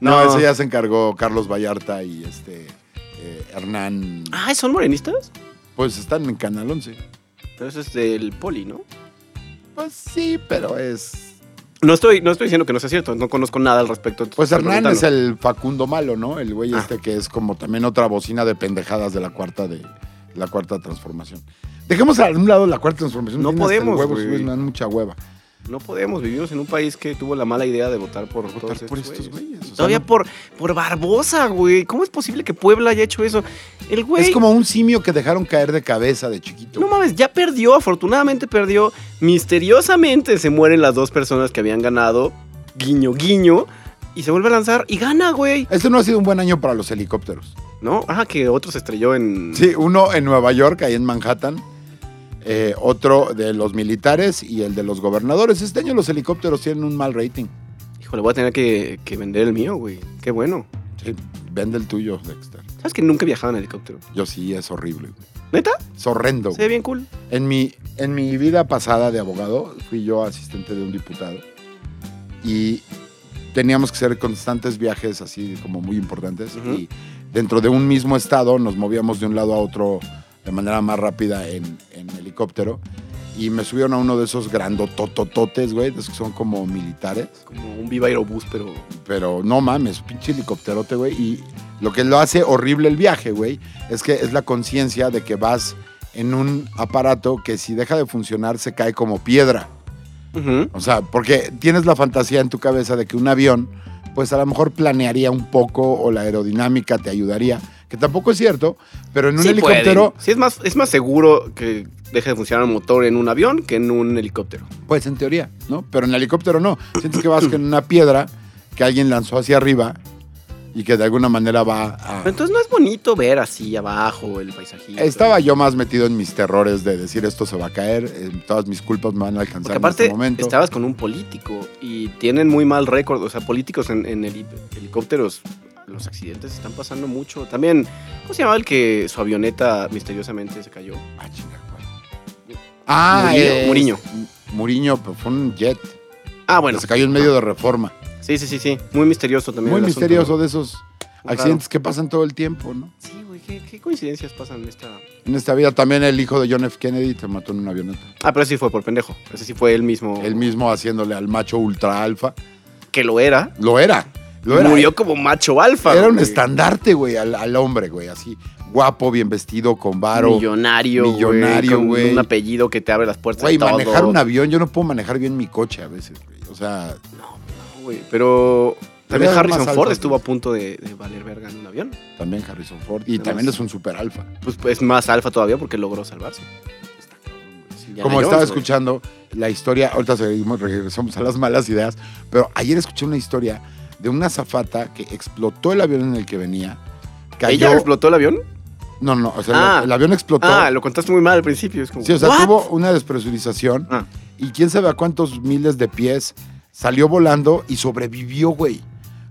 [SPEAKER 1] No,
[SPEAKER 2] No.
[SPEAKER 1] ese ya se encargó Carlos Vallarta y este eh, Hernán.
[SPEAKER 2] Ay, ¿son morenistas?
[SPEAKER 1] Pues están en Canal 11.
[SPEAKER 2] Pero eso es del poli, ¿no?
[SPEAKER 1] Pues sí, pero es.
[SPEAKER 2] No estoy, no estoy diciendo que no sea cierto, no conozco nada al respecto.
[SPEAKER 1] Pues
[SPEAKER 2] Estoy
[SPEAKER 1] Hernán es
[SPEAKER 2] preguntando.
[SPEAKER 1] el Facundo Malo, ¿no? El güey
[SPEAKER 2] Ah.
[SPEAKER 1] este que es como también otra bocina de pendejadas de la cuarta de la cuarta transformación. Dejemos a un lado la cuarta transformación.
[SPEAKER 2] No
[SPEAKER 1] tiene hasta el
[SPEAKER 2] podemos,
[SPEAKER 1] huevo,
[SPEAKER 2] güey.
[SPEAKER 1] sí, me dan mucha hueva.
[SPEAKER 2] No podemos, vivimos en un país que tuvo la mala idea de votar por todos
[SPEAKER 1] Votar por
[SPEAKER 2] estos
[SPEAKER 1] estos güeyes. o sea,
[SPEAKER 2] Todavía
[SPEAKER 1] no-
[SPEAKER 2] por, por Barbosa, güey. ¿Cómo es posible que Puebla haya hecho eso? El güey.
[SPEAKER 1] es como un simio que dejaron caer de cabeza de chiquito.
[SPEAKER 2] No mames, ya perdió, afortunadamente perdió. Misteriosamente se mueren las dos personas que habían ganado. Guiño, guiño. Y se vuelve a lanzar y gana, güey.
[SPEAKER 1] este no ha sido un buen año para los helicópteros.
[SPEAKER 2] ¿No? Ah, que otro se estrelló en.
[SPEAKER 1] Sí, uno en Nueva York, ahí en Manhattan. eh, otro de los militares y el de los gobernadores. Este año los helicópteros tienen un mal rating.
[SPEAKER 2] Híjole, voy a tener que, que vender el mío, güey. Qué bueno.
[SPEAKER 1] Sí, vende el tuyo, Dexter.
[SPEAKER 2] ¿Sabes que nunca viajaba en helicóptero?
[SPEAKER 1] Yo sí, es horrible. güey.
[SPEAKER 2] ¿Neta?
[SPEAKER 1] Es horrendo.
[SPEAKER 2] Se ve bien cool.
[SPEAKER 1] En mi, en mi vida pasada de abogado, fui yo asistente de un diputado y teníamos que hacer constantes viajes así como muy importantes
[SPEAKER 2] Ujú.
[SPEAKER 1] y dentro de un mismo estado nos movíamos de un lado a otro de manera más rápida en, en helicóptero y me subieron a uno de esos grandototototes, güey, de esos que son como militares,
[SPEAKER 2] Como un Viva Aerobús, pero.
[SPEAKER 1] pero no mames, pinche helicópterote, güey, y lo que lo hace horrible el viaje, güey, es que es la conciencia de que vas en un aparato que si deja de funcionar se cae como piedra.
[SPEAKER 2] Ujú.
[SPEAKER 1] O sea, porque tienes la fantasía en tu cabeza de que un avión, pues a lo mejor planearía un poco o la aerodinámica te ayudaría, que tampoco es cierto, pero en un
[SPEAKER 2] Sí
[SPEAKER 1] helicóptero,
[SPEAKER 2] pueden. Sí, es más, es más seguro que deje de funcionar el motor en un avión que en un helicóptero.
[SPEAKER 1] pues en teoría, ¿no? Pero en el helicóptero no. Sientes que vas en una piedra que alguien lanzó hacia arriba y que de alguna manera va a...
[SPEAKER 2] Pero entonces no es bonito ver así abajo el paisajito.
[SPEAKER 1] Estaba yo más metido en mis terrores de decir esto se va a caer, eh, todas mis culpas me van a alcanzar
[SPEAKER 2] Porque aparte
[SPEAKER 1] en este momento.
[SPEAKER 2] estabas con un político y tienen muy mal récord. O sea, políticos en, en heli- helicópteros, los accidentes están pasando mucho. También, ¿cómo se llamaba el que su avioneta misteriosamente se cayó?
[SPEAKER 1] Ah, chinga, ¿cuál? Ah,
[SPEAKER 2] Muriño,
[SPEAKER 1] es-
[SPEAKER 2] Muriño.
[SPEAKER 1] Muriño, pero fue un jet.
[SPEAKER 2] Ah, bueno.
[SPEAKER 1] Se cayó en medio de reforma.
[SPEAKER 2] Sí, sí, sí, sí. Muy misterioso también.
[SPEAKER 1] Muy
[SPEAKER 2] el asunto.
[SPEAKER 1] misterioso de esos
[SPEAKER 2] Muy
[SPEAKER 1] accidentes que pasan todo el tiempo, ¿no?
[SPEAKER 2] Sí, güey, ¿qué, qué coincidencias pasan en esta.
[SPEAKER 1] En esta vida también el hijo de John F. Kennedy te mató en una avioneta.
[SPEAKER 2] Ah, pero ese sí fue por pendejo. Ese sí fue él mismo.
[SPEAKER 1] Él mismo haciéndole al macho ultra alfa.
[SPEAKER 2] Que lo era.
[SPEAKER 1] Lo era. Lo era.
[SPEAKER 2] Murió como macho alfa.
[SPEAKER 1] Era un
[SPEAKER 2] güey.
[SPEAKER 1] estandarte, güey, al, al hombre, güey. Así, guapo, bien vestido, con varo.
[SPEAKER 2] Millonario, güey,
[SPEAKER 1] Millonario,
[SPEAKER 2] con
[SPEAKER 1] güey.
[SPEAKER 2] Un apellido que te abre las puertas.
[SPEAKER 1] Güey,
[SPEAKER 2] a Pues, todo.
[SPEAKER 1] manejar un avión, yo no puedo manejar bien mi coche a veces, güey. O sea,
[SPEAKER 2] Güey, Pero también
[SPEAKER 1] Debería haber
[SPEAKER 2] Harrison
[SPEAKER 1] más
[SPEAKER 2] Ford
[SPEAKER 1] alfas,
[SPEAKER 2] estuvo
[SPEAKER 1] güey.
[SPEAKER 2] a punto de, de valer verga en un avión.
[SPEAKER 1] también Harrison Ford. Y
[SPEAKER 2] Además-
[SPEAKER 1] también es un super alfa.
[SPEAKER 2] Pues es más alfa todavía porque logró salvarse. Indiana
[SPEAKER 1] Como
[SPEAKER 2] Jones,
[SPEAKER 1] estaba
[SPEAKER 2] güey.
[SPEAKER 1] escuchando la historia, ahorita seguimos, regresamos a las malas ideas, pero ayer escuché una historia de una zafata que explotó el avión en el que venía. Cayó.
[SPEAKER 2] ¿Ella explotó el avión?
[SPEAKER 1] No, no, o sea,
[SPEAKER 2] Ah.
[SPEAKER 1] el avión explotó.
[SPEAKER 2] Ah, lo contaste muy mal al principio. Es como,
[SPEAKER 1] Sí, o sea,
[SPEAKER 2] ¿what?
[SPEAKER 1] tuvo una despresurización
[SPEAKER 2] Ah.
[SPEAKER 1] y quién sabe a cuántos miles de pies salió volando y sobrevivió, güey.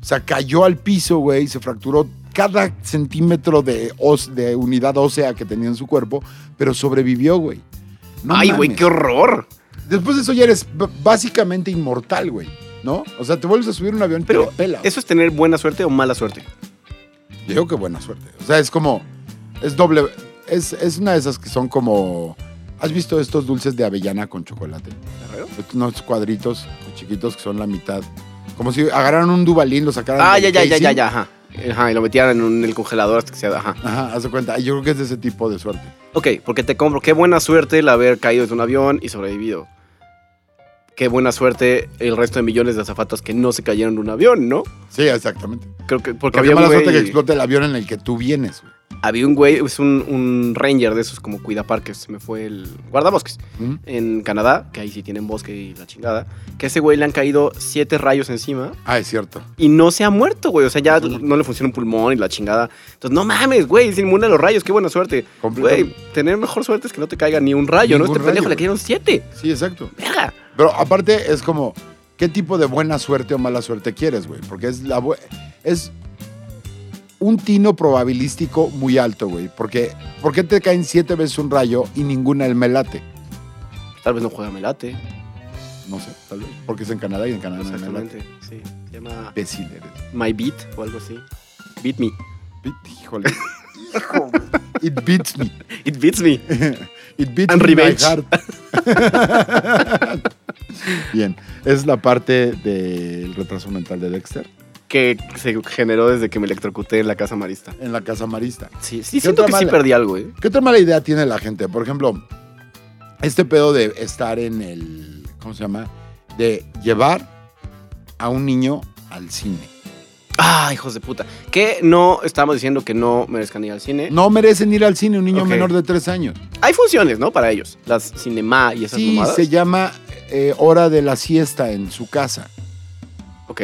[SPEAKER 1] O sea, cayó al piso, güey, se fracturó cada centímetro de, os- de unidad ósea que tenía en su cuerpo, pero sobrevivió, güey. No
[SPEAKER 2] Ay, güey,
[SPEAKER 1] mames.
[SPEAKER 2] qué horror.
[SPEAKER 1] Después de eso ya eres b- básicamente inmortal, güey. ¿No? O sea, te vuelves a subir a un avión y te
[SPEAKER 2] Pero
[SPEAKER 1] la pela. güey.
[SPEAKER 2] ¿Eso es tener buena suerte o mala suerte?
[SPEAKER 1] Yo digo que buena suerte. O sea, es como. Es doble. Es, es una de esas que son como. ¿Has visto estos dulces de avellana con chocolate?
[SPEAKER 2] ¿Herrero?
[SPEAKER 1] Unos cuadritos chiquitos que son la mitad. Como si agarraran un dubalín, lo sacaran.
[SPEAKER 2] Ah, ya,
[SPEAKER 1] del
[SPEAKER 2] ya, ya,
[SPEAKER 1] casing.
[SPEAKER 2] ya, ya, ajá. Ajá, y lo metieran en, un- el congelador hasta que sea, ajá.
[SPEAKER 1] Ajá, haz de cuenta. Yo creo que es de ese tipo de suerte.
[SPEAKER 2] Ok, porque te compro. Qué buena suerte el haber caído de un avión y sobrevivido. Qué buena suerte el resto de millones de azafatas que no se cayeron de un avión, ¿no?
[SPEAKER 1] Sí, exactamente.
[SPEAKER 2] Creo que porque
[SPEAKER 1] Porque
[SPEAKER 2] había un,
[SPEAKER 1] mala
[SPEAKER 2] güey,
[SPEAKER 1] suerte que explote el avión en el que tú vienes, güey.
[SPEAKER 2] había un güey, es un, un ranger de esos como cuidaparques, se me fue el guardabosques
[SPEAKER 1] ¿Mm?
[SPEAKER 2] en Canadá, que ahí sí tienen bosque y la chingada, que a ese güey le han caído siete rayos encima
[SPEAKER 1] Ah, es cierto.
[SPEAKER 2] y no se ha muerto, güey, o sea,
[SPEAKER 1] No
[SPEAKER 2] ya
[SPEAKER 1] se ha muerto.
[SPEAKER 2] no le funciona un pulmón y la chingada. Entonces, no mames, güey, es inmune a los rayos, qué buena suerte. Güey,
[SPEAKER 1] Completamente.
[SPEAKER 2] tener mejor suerte es que no te caiga ni un rayo, ¿no?
[SPEAKER 1] Ningún
[SPEAKER 2] Este pendejo
[SPEAKER 1] rayo,
[SPEAKER 2] le
[SPEAKER 1] güey.
[SPEAKER 2] cayeron siete.
[SPEAKER 1] Sí, exacto.
[SPEAKER 2] Verga.
[SPEAKER 1] Pero aparte es como, ¿qué tipo de buena suerte o mala suerte quieres, güey? Porque es la bu- es un tino probabilístico muy alto, güey. Porque ¿por qué te caen siete veces un rayo y ninguna el melate?
[SPEAKER 2] Tal vez no juega melate.
[SPEAKER 1] No sé, tal vez. Porque es en Canadá y en Canadá no hay melate.
[SPEAKER 2] Exactamente. Sí. Se llama
[SPEAKER 1] Imbécil eres.
[SPEAKER 2] My Beat o algo así. Beat me.
[SPEAKER 1] Bit- Híjole. Hijo, güey. It beats me.
[SPEAKER 2] (laughs) It beats me.
[SPEAKER 1] It beats
[SPEAKER 2] And
[SPEAKER 1] me
[SPEAKER 2] revenge.
[SPEAKER 1] my heart. (laughs) Bien, es la parte del retraso mental de Dexter
[SPEAKER 2] que se generó desde que me electrocuté en la casa marista.
[SPEAKER 1] en la casa marista.
[SPEAKER 2] Sí, sí,
[SPEAKER 1] ¿Qué
[SPEAKER 2] siento
[SPEAKER 1] otra
[SPEAKER 2] que sí
[SPEAKER 1] mala?
[SPEAKER 2] perdí algo, ¿eh?
[SPEAKER 1] ¿Qué otra mala idea tiene la gente? Por ejemplo, este pedo de estar en el. ¿Cómo se llama? De llevar a un niño al cine.
[SPEAKER 2] Ah, hijos de puta. Que no estamos diciendo que no merezcan ir al cine.
[SPEAKER 1] No merecen ir al cine un niño
[SPEAKER 2] Ok.
[SPEAKER 1] menor de tres años.
[SPEAKER 2] Hay funciones, ¿no? Para ellos. Las cinema y esas
[SPEAKER 1] Sí,
[SPEAKER 2] mamadas.
[SPEAKER 1] se llama eh, hora de la siesta en su casa.
[SPEAKER 2] Ok.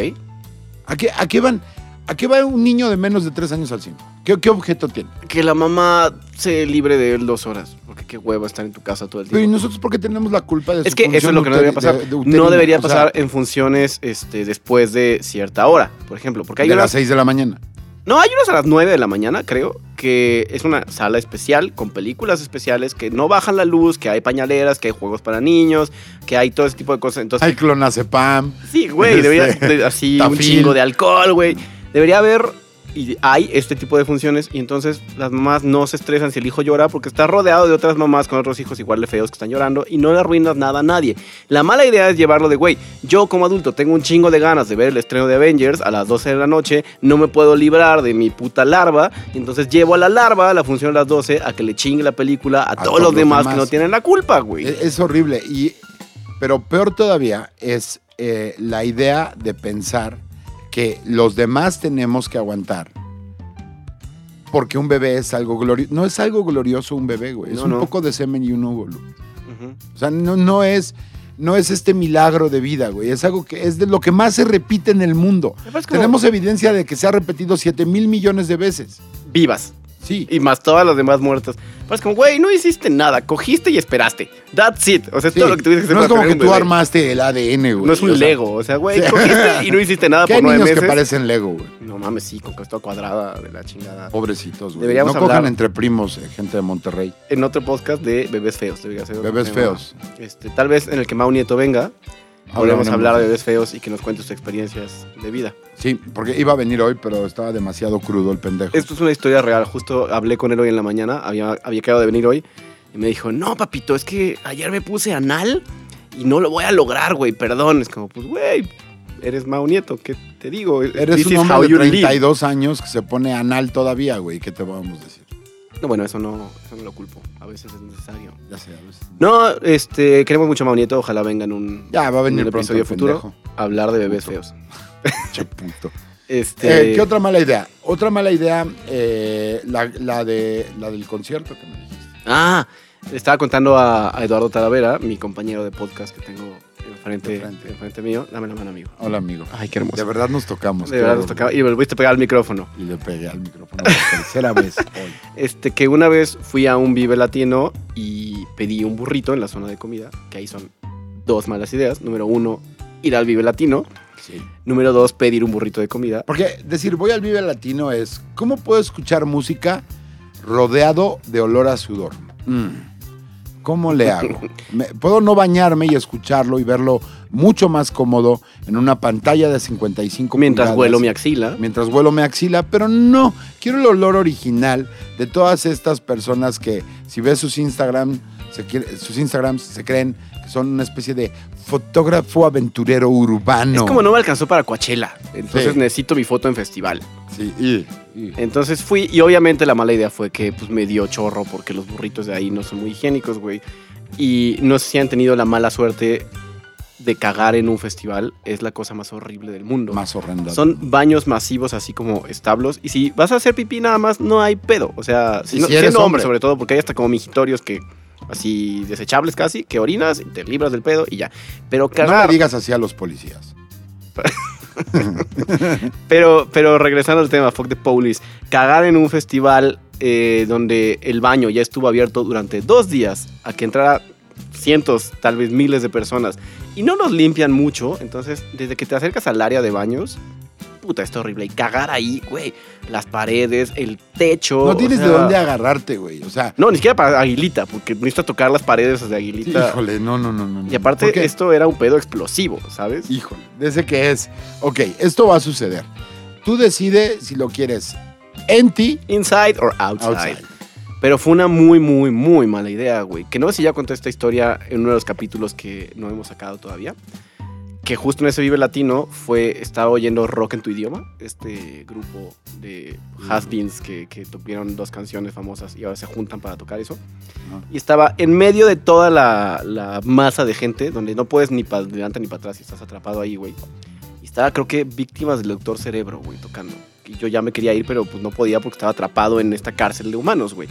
[SPEAKER 1] ¿A qué, a qué van? ¿A qué va un niño de menos de tres años al cine? ¿Qué, qué objeto tiene?
[SPEAKER 2] Que la mamá se libre de él dos horas. Porque qué hueva estar en tu casa todo el
[SPEAKER 1] Pero ¿y
[SPEAKER 2] tiempo.
[SPEAKER 1] nosotros por qué tenemos la culpa de
[SPEAKER 2] Es
[SPEAKER 1] su
[SPEAKER 2] que eso es
[SPEAKER 1] función
[SPEAKER 2] lo que no debería
[SPEAKER 1] uteri-
[SPEAKER 2] pasar.
[SPEAKER 1] de- de uterina?
[SPEAKER 2] no debería
[SPEAKER 1] O sea,
[SPEAKER 2] pasar en funciones este, después de cierta hora, por ejemplo. Porque hay
[SPEAKER 1] de las
[SPEAKER 2] unas.
[SPEAKER 1] seis de la mañana.
[SPEAKER 2] No, hay unas a las 9 de la mañana, creo, que es una sala especial con películas especiales que no bajan la luz, que hay pañaleras, que hay juegos para niños, que hay todo ese tipo de cosas. Entonces,
[SPEAKER 1] Hay clonazepam.
[SPEAKER 2] sí, güey,
[SPEAKER 1] este,
[SPEAKER 2] debería de- así un
[SPEAKER 1] Tafil.
[SPEAKER 2] chingo de alcohol, güey. Debería haber y hay este tipo de funciones y entonces las mamás no se estresan si el hijo llora porque está rodeado de otras mamás con otros hijos igual de feos que están llorando y no le arruinas nada a nadie. La mala idea es llevarlo de, güey, yo como adulto tengo un chingo de ganas de ver el estreno de Avengers a las 12 de la noche, no me puedo librar de mi puta larva, y entonces llevo a la larva a la función de las 12 a que le chingue la película a, todos los demás, Eh, que no tienen la culpa, güey.
[SPEAKER 1] Es, es horrible. Y, pero peor todavía es eh, la idea de pensar que los demás tenemos que aguantar. Porque un bebé es algo glorioso. No es algo glorioso un bebé, güey. Es
[SPEAKER 2] No,
[SPEAKER 1] un
[SPEAKER 2] no.
[SPEAKER 1] poco de semen y un óvulo.
[SPEAKER 2] Ujú.
[SPEAKER 1] O sea, no, no es. no es este milagro de vida, güey. Es algo que es de lo que más se repite en el mundo.
[SPEAKER 2] Además, como-
[SPEAKER 1] Tenemos evidencia de que se ha repetido 7 mil millones de veces.
[SPEAKER 2] Vivas.
[SPEAKER 1] Sí.
[SPEAKER 2] Y más todas las demás muertas. Pero es como, güey, no hiciste nada. Cogiste y esperaste. That's it. O sea, es
[SPEAKER 1] Sí.
[SPEAKER 2] todo lo que tuviste que hacer
[SPEAKER 1] no es
[SPEAKER 2] para
[SPEAKER 1] como que
[SPEAKER 2] tener
[SPEAKER 1] tú
[SPEAKER 2] un bebé.
[SPEAKER 1] armaste el ADN, güey.
[SPEAKER 2] No es un
[SPEAKER 1] O sea,
[SPEAKER 2] Lego. O sea, güey,
[SPEAKER 1] Sí.
[SPEAKER 2] cogiste y no hiciste nada
[SPEAKER 1] (laughs) ¿Qué
[SPEAKER 2] por
[SPEAKER 1] hay
[SPEAKER 2] nueve
[SPEAKER 1] niños
[SPEAKER 2] meses.
[SPEAKER 1] que parecen Lego, güey?
[SPEAKER 2] No mames, sí, con toda cuadrada de la chingada.
[SPEAKER 1] Pobrecitos, güey. No
[SPEAKER 2] Deberíamos
[SPEAKER 1] cojan
[SPEAKER 2] hablar-
[SPEAKER 1] entre primos, eh, gente de Monterrey.
[SPEAKER 2] En otro podcast de bebés feos. debería ser otro
[SPEAKER 1] Bebés
[SPEAKER 2] tema.
[SPEAKER 1] feos.
[SPEAKER 2] Este, tal vez en el que Mau Nieto venga, volvemos
[SPEAKER 1] Hablaremos.
[SPEAKER 2] a hablar de bebés feos y que nos cuente sus experiencias de vida.
[SPEAKER 1] Sí, porque iba a venir hoy, pero estaba demasiado crudo el pendejo.
[SPEAKER 2] Esto es una historia real. Justo hablé con él hoy en la mañana. Había, había quedado de venir hoy. Y me dijo, no, papito, es que ayer me puse anal y no lo voy a lograr, güey. Perdón. Es como, pues, güey, eres Mau Nieto. ¿Qué te digo?
[SPEAKER 1] Eres
[SPEAKER 2] This
[SPEAKER 1] un
[SPEAKER 2] is how
[SPEAKER 1] hombre de
[SPEAKER 2] you live.
[SPEAKER 1] 32 años que se pone anal todavía, güey. ¿Qué te vamos a decir?
[SPEAKER 2] No, bueno, eso no, eso no lo culpo. A veces es necesario.
[SPEAKER 1] Ya sé, a veces.
[SPEAKER 2] No, este, queremos mucho a Mau Nieto. Ojalá vengan un,
[SPEAKER 1] Ya va a
[SPEAKER 2] en
[SPEAKER 1] venir
[SPEAKER 2] el
[SPEAKER 1] pronto
[SPEAKER 2] episodio
[SPEAKER 1] el
[SPEAKER 2] futuro
[SPEAKER 1] futuro.
[SPEAKER 2] a hablar de bebés
[SPEAKER 1] Puto.
[SPEAKER 2] feos.
[SPEAKER 1] Che puto.
[SPEAKER 2] Este,
[SPEAKER 1] Eh, ¿Qué otra mala idea? Otra mala idea, eh, la, la de, la del concierto que me dijiste.
[SPEAKER 2] Ah, estaba contando a, a Eduardo Talavera, mi compañero de podcast que tengo enfrente,
[SPEAKER 1] De frente.
[SPEAKER 2] enfrente mío. Dame la mano, amigo.
[SPEAKER 1] Hola, amigo.
[SPEAKER 2] Ay, qué
[SPEAKER 1] De
[SPEAKER 2] hermoso.
[SPEAKER 1] verdad nos tocamos.
[SPEAKER 2] De verdad
[SPEAKER 1] creo.
[SPEAKER 2] nos tocaba. Y me volviste a pegar al micrófono.
[SPEAKER 1] Y le pegué al micrófono por tercera vez hoy.
[SPEAKER 2] Este, que una vez fui a un Vive Latino y pedí un burrito en la zona de comida, que ahí son dos malas ideas. Número uno, ir al Vive Latino.
[SPEAKER 1] Sí.
[SPEAKER 2] Número dos, pedir un burrito de comida.
[SPEAKER 1] Porque decir voy al Vive Latino es, ¿cómo puedo escuchar música rodeado de olor a sudor? Mm, ¿Cómo le hago? Me- ¿Puedo no bañarme y escucharlo y verlo mucho más cómodo en una pantalla de 55
[SPEAKER 2] Mientras
[SPEAKER 1] pulgadas?
[SPEAKER 2] vuelo mi axila.
[SPEAKER 1] mientras vuelo mi axila, pero no, quiero el olor original de todas estas personas que si ves sus Instagram, se quiere- sus Instagrams se creen que son una especie de fotógrafo aventurero urbano.
[SPEAKER 2] Es como no me alcanzó para Coachella. Entonces
[SPEAKER 1] Sí.
[SPEAKER 2] necesito mi foto en festival.
[SPEAKER 1] Sí, y- y-
[SPEAKER 2] Entonces fui y obviamente la mala idea fue que pues me dio chorro porque los burritos de ahí no son muy higiénicos, güey. Y no sé si han tenido la mala suerte de cagar en un festival, es la cosa más horrible del mundo.
[SPEAKER 1] más horrenda.
[SPEAKER 2] Son baños masivos así como establos y si vas a hacer pipí nada más no hay pedo, o sea, si,
[SPEAKER 1] Y
[SPEAKER 2] no,
[SPEAKER 1] si eres
[SPEAKER 2] siendo hombre
[SPEAKER 1] hombre.
[SPEAKER 2] sobre todo porque hay hasta como mijitorios que así desechables casi, que orinas, y te libras del pedo y ya. Pero
[SPEAKER 1] no le
[SPEAKER 2] cagar
[SPEAKER 1] digas así a los policías.
[SPEAKER 2] Pero, pero regresando al tema, fuck the police. Cagar en un festival eh, donde el baño ya estuvo abierto durante dos días a que entrara cientos, tal vez miles de personas y no los limpian mucho. Entonces, desde que te acercas al área de baños, puta, está horrible. Y cagar ahí, güey, las paredes, el techo.
[SPEAKER 1] No
[SPEAKER 2] o
[SPEAKER 1] tienes de
[SPEAKER 2] sea,
[SPEAKER 1] dónde agarrarte, güey. O sea,
[SPEAKER 2] No, ni siquiera para Aguilita, porque necesitas tocar las paredes de
[SPEAKER 1] sí,
[SPEAKER 2] Aguilita.
[SPEAKER 1] híjole, no, no, no, no. no.
[SPEAKER 2] y aparte,
[SPEAKER 1] ¿Por qué?
[SPEAKER 2] esto era un pedo explosivo, ¿sabes?
[SPEAKER 1] Híjole, desde que es. Ok, esto va a suceder. Tú decides si lo quieres en ti,
[SPEAKER 2] Inside or
[SPEAKER 1] outside.
[SPEAKER 2] Pero fue una muy, muy, muy mala idea, güey. Que no sé si ya conté esta historia en uno de los capítulos que no hemos sacado todavía. Que justo en ese Vive Latino fue, estaba oyendo Rock en tu idioma, este grupo de has-beens que, que tuvieron dos canciones famosas y ahora se juntan para tocar eso.
[SPEAKER 1] Ajá.
[SPEAKER 2] Y estaba en medio de toda la, la masa de gente, donde no puedes ni para adelante ni para atrás y estás atrapado ahí, güey. Y estaba, creo que, víctimas del doctor cerebro, güey, tocando. Y yo ya me quería ir, pero pues no podía porque estaba atrapado en esta cárcel de humanos, güey.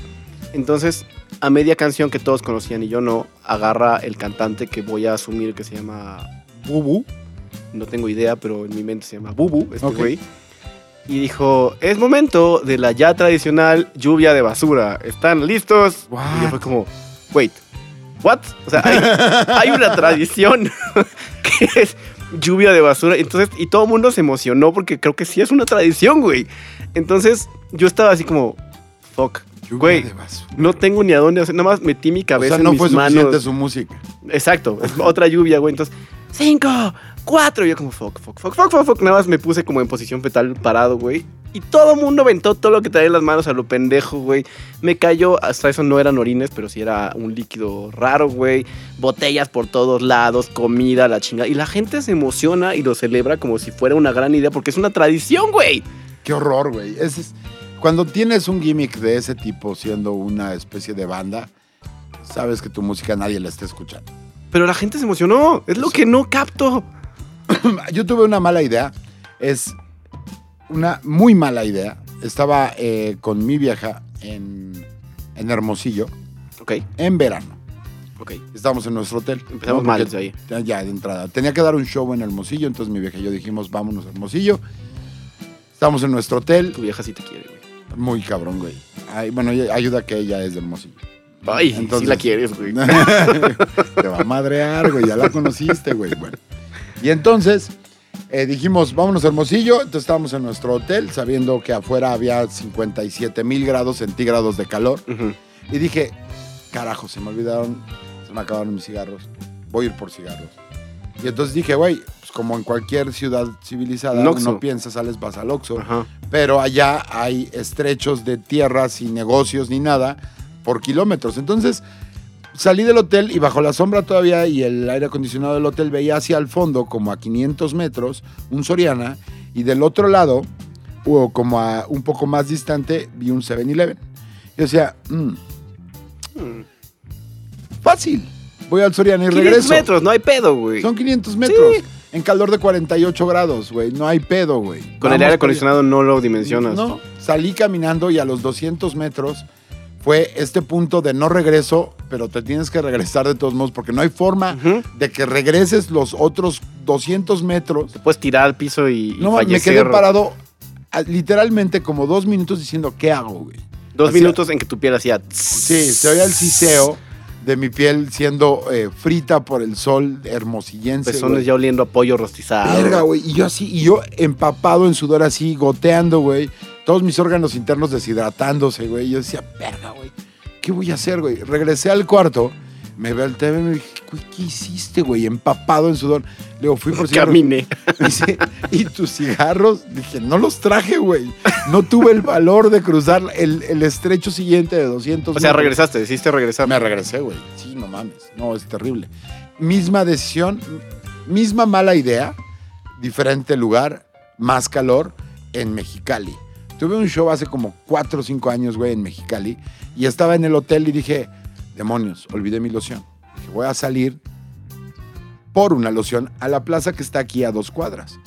[SPEAKER 2] Entonces, a media canción que todos conocían y yo no, agarra el cantante que voy a asumir que se llama Bubu. No tengo idea, pero en mi mente se llama Bubu, este
[SPEAKER 1] Ok.
[SPEAKER 2] güey. Y dijo, es momento de la ya tradicional lluvia de basura. ¿Están listos? Y yo
[SPEAKER 1] What?
[SPEAKER 2] fue como, wait, what? O sea,
[SPEAKER 1] (laughs)
[SPEAKER 2] hay, hay una tradición (laughs) que es lluvia de basura. Entonces, y todo el mundo se emocionó porque creo que sí es una tradición, güey. Entonces, yo estaba así como, fuck,
[SPEAKER 1] Lluvia
[SPEAKER 2] güey.
[SPEAKER 1] de basura.
[SPEAKER 2] No tengo ni a dónde hacer, nada más metí mi
[SPEAKER 1] O
[SPEAKER 2] cabeza
[SPEAKER 1] sea, no
[SPEAKER 2] en
[SPEAKER 1] fue
[SPEAKER 2] mis
[SPEAKER 1] suficiente
[SPEAKER 2] manos.
[SPEAKER 1] su música.
[SPEAKER 2] Exacto, otra lluvia, güey. Entonces, cinco, cuatro. y yo como, fuck, fuck, fuck, fuck, fuck, fuck. Nada más me puse como en posición fetal parado, güey. Y todo el mundo aventó todo lo que traía en las manos a lo pendejo, güey. Me cayó, hasta eso no eran orines, pero sí era un líquido raro, güey. Botellas por todos lados, comida, la chingada. Y la gente se emociona y lo celebra como si fuera una gran idea, porque es una tradición, güey.
[SPEAKER 1] Qué horror, güey. Ese es- Cuando tienes un gimmick de ese tipo siendo una especie de banda, sabes que tu música nadie la está escuchando.
[SPEAKER 2] Pero la gente se emocionó. Es lo que no capto.
[SPEAKER 1] Yo tuve una mala idea. Es una muy mala idea. Estaba eh, con mi vieja en, en Hermosillo
[SPEAKER 2] Ok.
[SPEAKER 1] en verano.
[SPEAKER 2] Ok.
[SPEAKER 1] Estábamos en nuestro hotel.
[SPEAKER 2] Empezamos
[SPEAKER 1] ¿no?
[SPEAKER 2] mal
[SPEAKER 1] Porque
[SPEAKER 2] desde ahí.
[SPEAKER 1] ya- Ya, de entrada. Tenía que dar un show en Hermosillo, entonces mi vieja y yo dijimos, vámonos a Hermosillo. Estamos en nuestro hotel.
[SPEAKER 2] Tu vieja sí te quiere, güey.
[SPEAKER 1] Muy cabrón, güey. Ay, bueno, ella- ayuda que ella es de Hermosillo.
[SPEAKER 2] Ay, sí
[SPEAKER 1] Entonces-
[SPEAKER 2] la quieres, güey.
[SPEAKER 1] Te va a madrear, güey. Ya la conociste, güey. Bueno. Y entonces eh, dijimos, vámonos a Hermosillo. Entonces estábamos en nuestro hotel, sabiendo que afuera había 57 mil grados centígrados de calor.
[SPEAKER 2] Ujú.
[SPEAKER 1] Y dije, carajo, se me olvidaron, se me acabaron mis cigarros. Voy a ir por cigarros. Y entonces dije, güey, pues como en cualquier ciudad civilizada,
[SPEAKER 2] Un
[SPEAKER 1] no
[SPEAKER 2] Oxxo.
[SPEAKER 1] piensas, sales, vas al Oxxo.
[SPEAKER 2] Ajá.
[SPEAKER 1] Pero allá hay estrechos de tierras y negocios ni nada por kilómetros. Entonces salí del hotel y bajo la sombra todavía y el aire acondicionado del hotel veía hacia el fondo, como a 500 metros, un Soriana. Y del otro lado, o como a un poco más distante, vi un 7-Eleven. Yo decía, "Mm,
[SPEAKER 2] Mm.
[SPEAKER 1] Fácil. Voy al Soriana y
[SPEAKER 2] 500
[SPEAKER 1] regreso.
[SPEAKER 2] metros, no hay pedo, güey.
[SPEAKER 1] Son 500 metros. En calor de 48 grados, güey. No hay pedo, güey.
[SPEAKER 2] Con
[SPEAKER 1] Vamos
[SPEAKER 2] el
[SPEAKER 1] por
[SPEAKER 2] aire
[SPEAKER 1] allá.
[SPEAKER 2] acondicionado no lo dimensionas.
[SPEAKER 1] No, salí caminando y a los 200 metros fue este punto de no regreso, pero te tienes que regresar de todos modos porque no hay forma
[SPEAKER 2] Ujú.
[SPEAKER 1] de que regreses los otros 200 metros.
[SPEAKER 2] Te puedes tirar al piso y y
[SPEAKER 1] No, me
[SPEAKER 2] fallecer.
[SPEAKER 1] quedé parado ah, literalmente como dos minutos diciendo, ¿qué hago, güey?
[SPEAKER 2] Dos
[SPEAKER 1] Hacia-
[SPEAKER 2] minutos en que tu piel hacía...
[SPEAKER 1] Sí, se oía el siseo de mi piel siendo eh, frita por el sol hermosillense.
[SPEAKER 2] Pezones
[SPEAKER 1] güey.
[SPEAKER 2] ya oliendo a pollo rostizado.
[SPEAKER 1] Verga, güey. Y yo así, y yo empapado en sudor así, goteando, güey. Todos mis órganos internos deshidratándose, güey. Y yo decía, verga, güey. ¿Qué voy a hacer, güey? Regresé al cuarto, me ve al TV y me dije, güey, ¿qué hiciste, güey? Empapado en sudor. Le digo, fui por cigarros.
[SPEAKER 2] Caminé.
[SPEAKER 1] (laughs) Dice, y tus cigarros, dije, no los traje, güey. No tuve el valor de cruzar el, el estrecho siguiente de 200
[SPEAKER 2] O sea,
[SPEAKER 1] metros.
[SPEAKER 2] regresaste, decidiste regresar.
[SPEAKER 1] Me regresé, güey. Sí, no mames. No, es terrible. Misma decisión, misma mala idea, diferente lugar, más calor en Mexicali. Tuve un show hace como 4 o 5 años, güey, en Mexicali. Y estaba en el hotel y dije, demonios, olvidé mi loción. Dije, voy a salir por una loción a la plaza que está aquí a dos cuadras.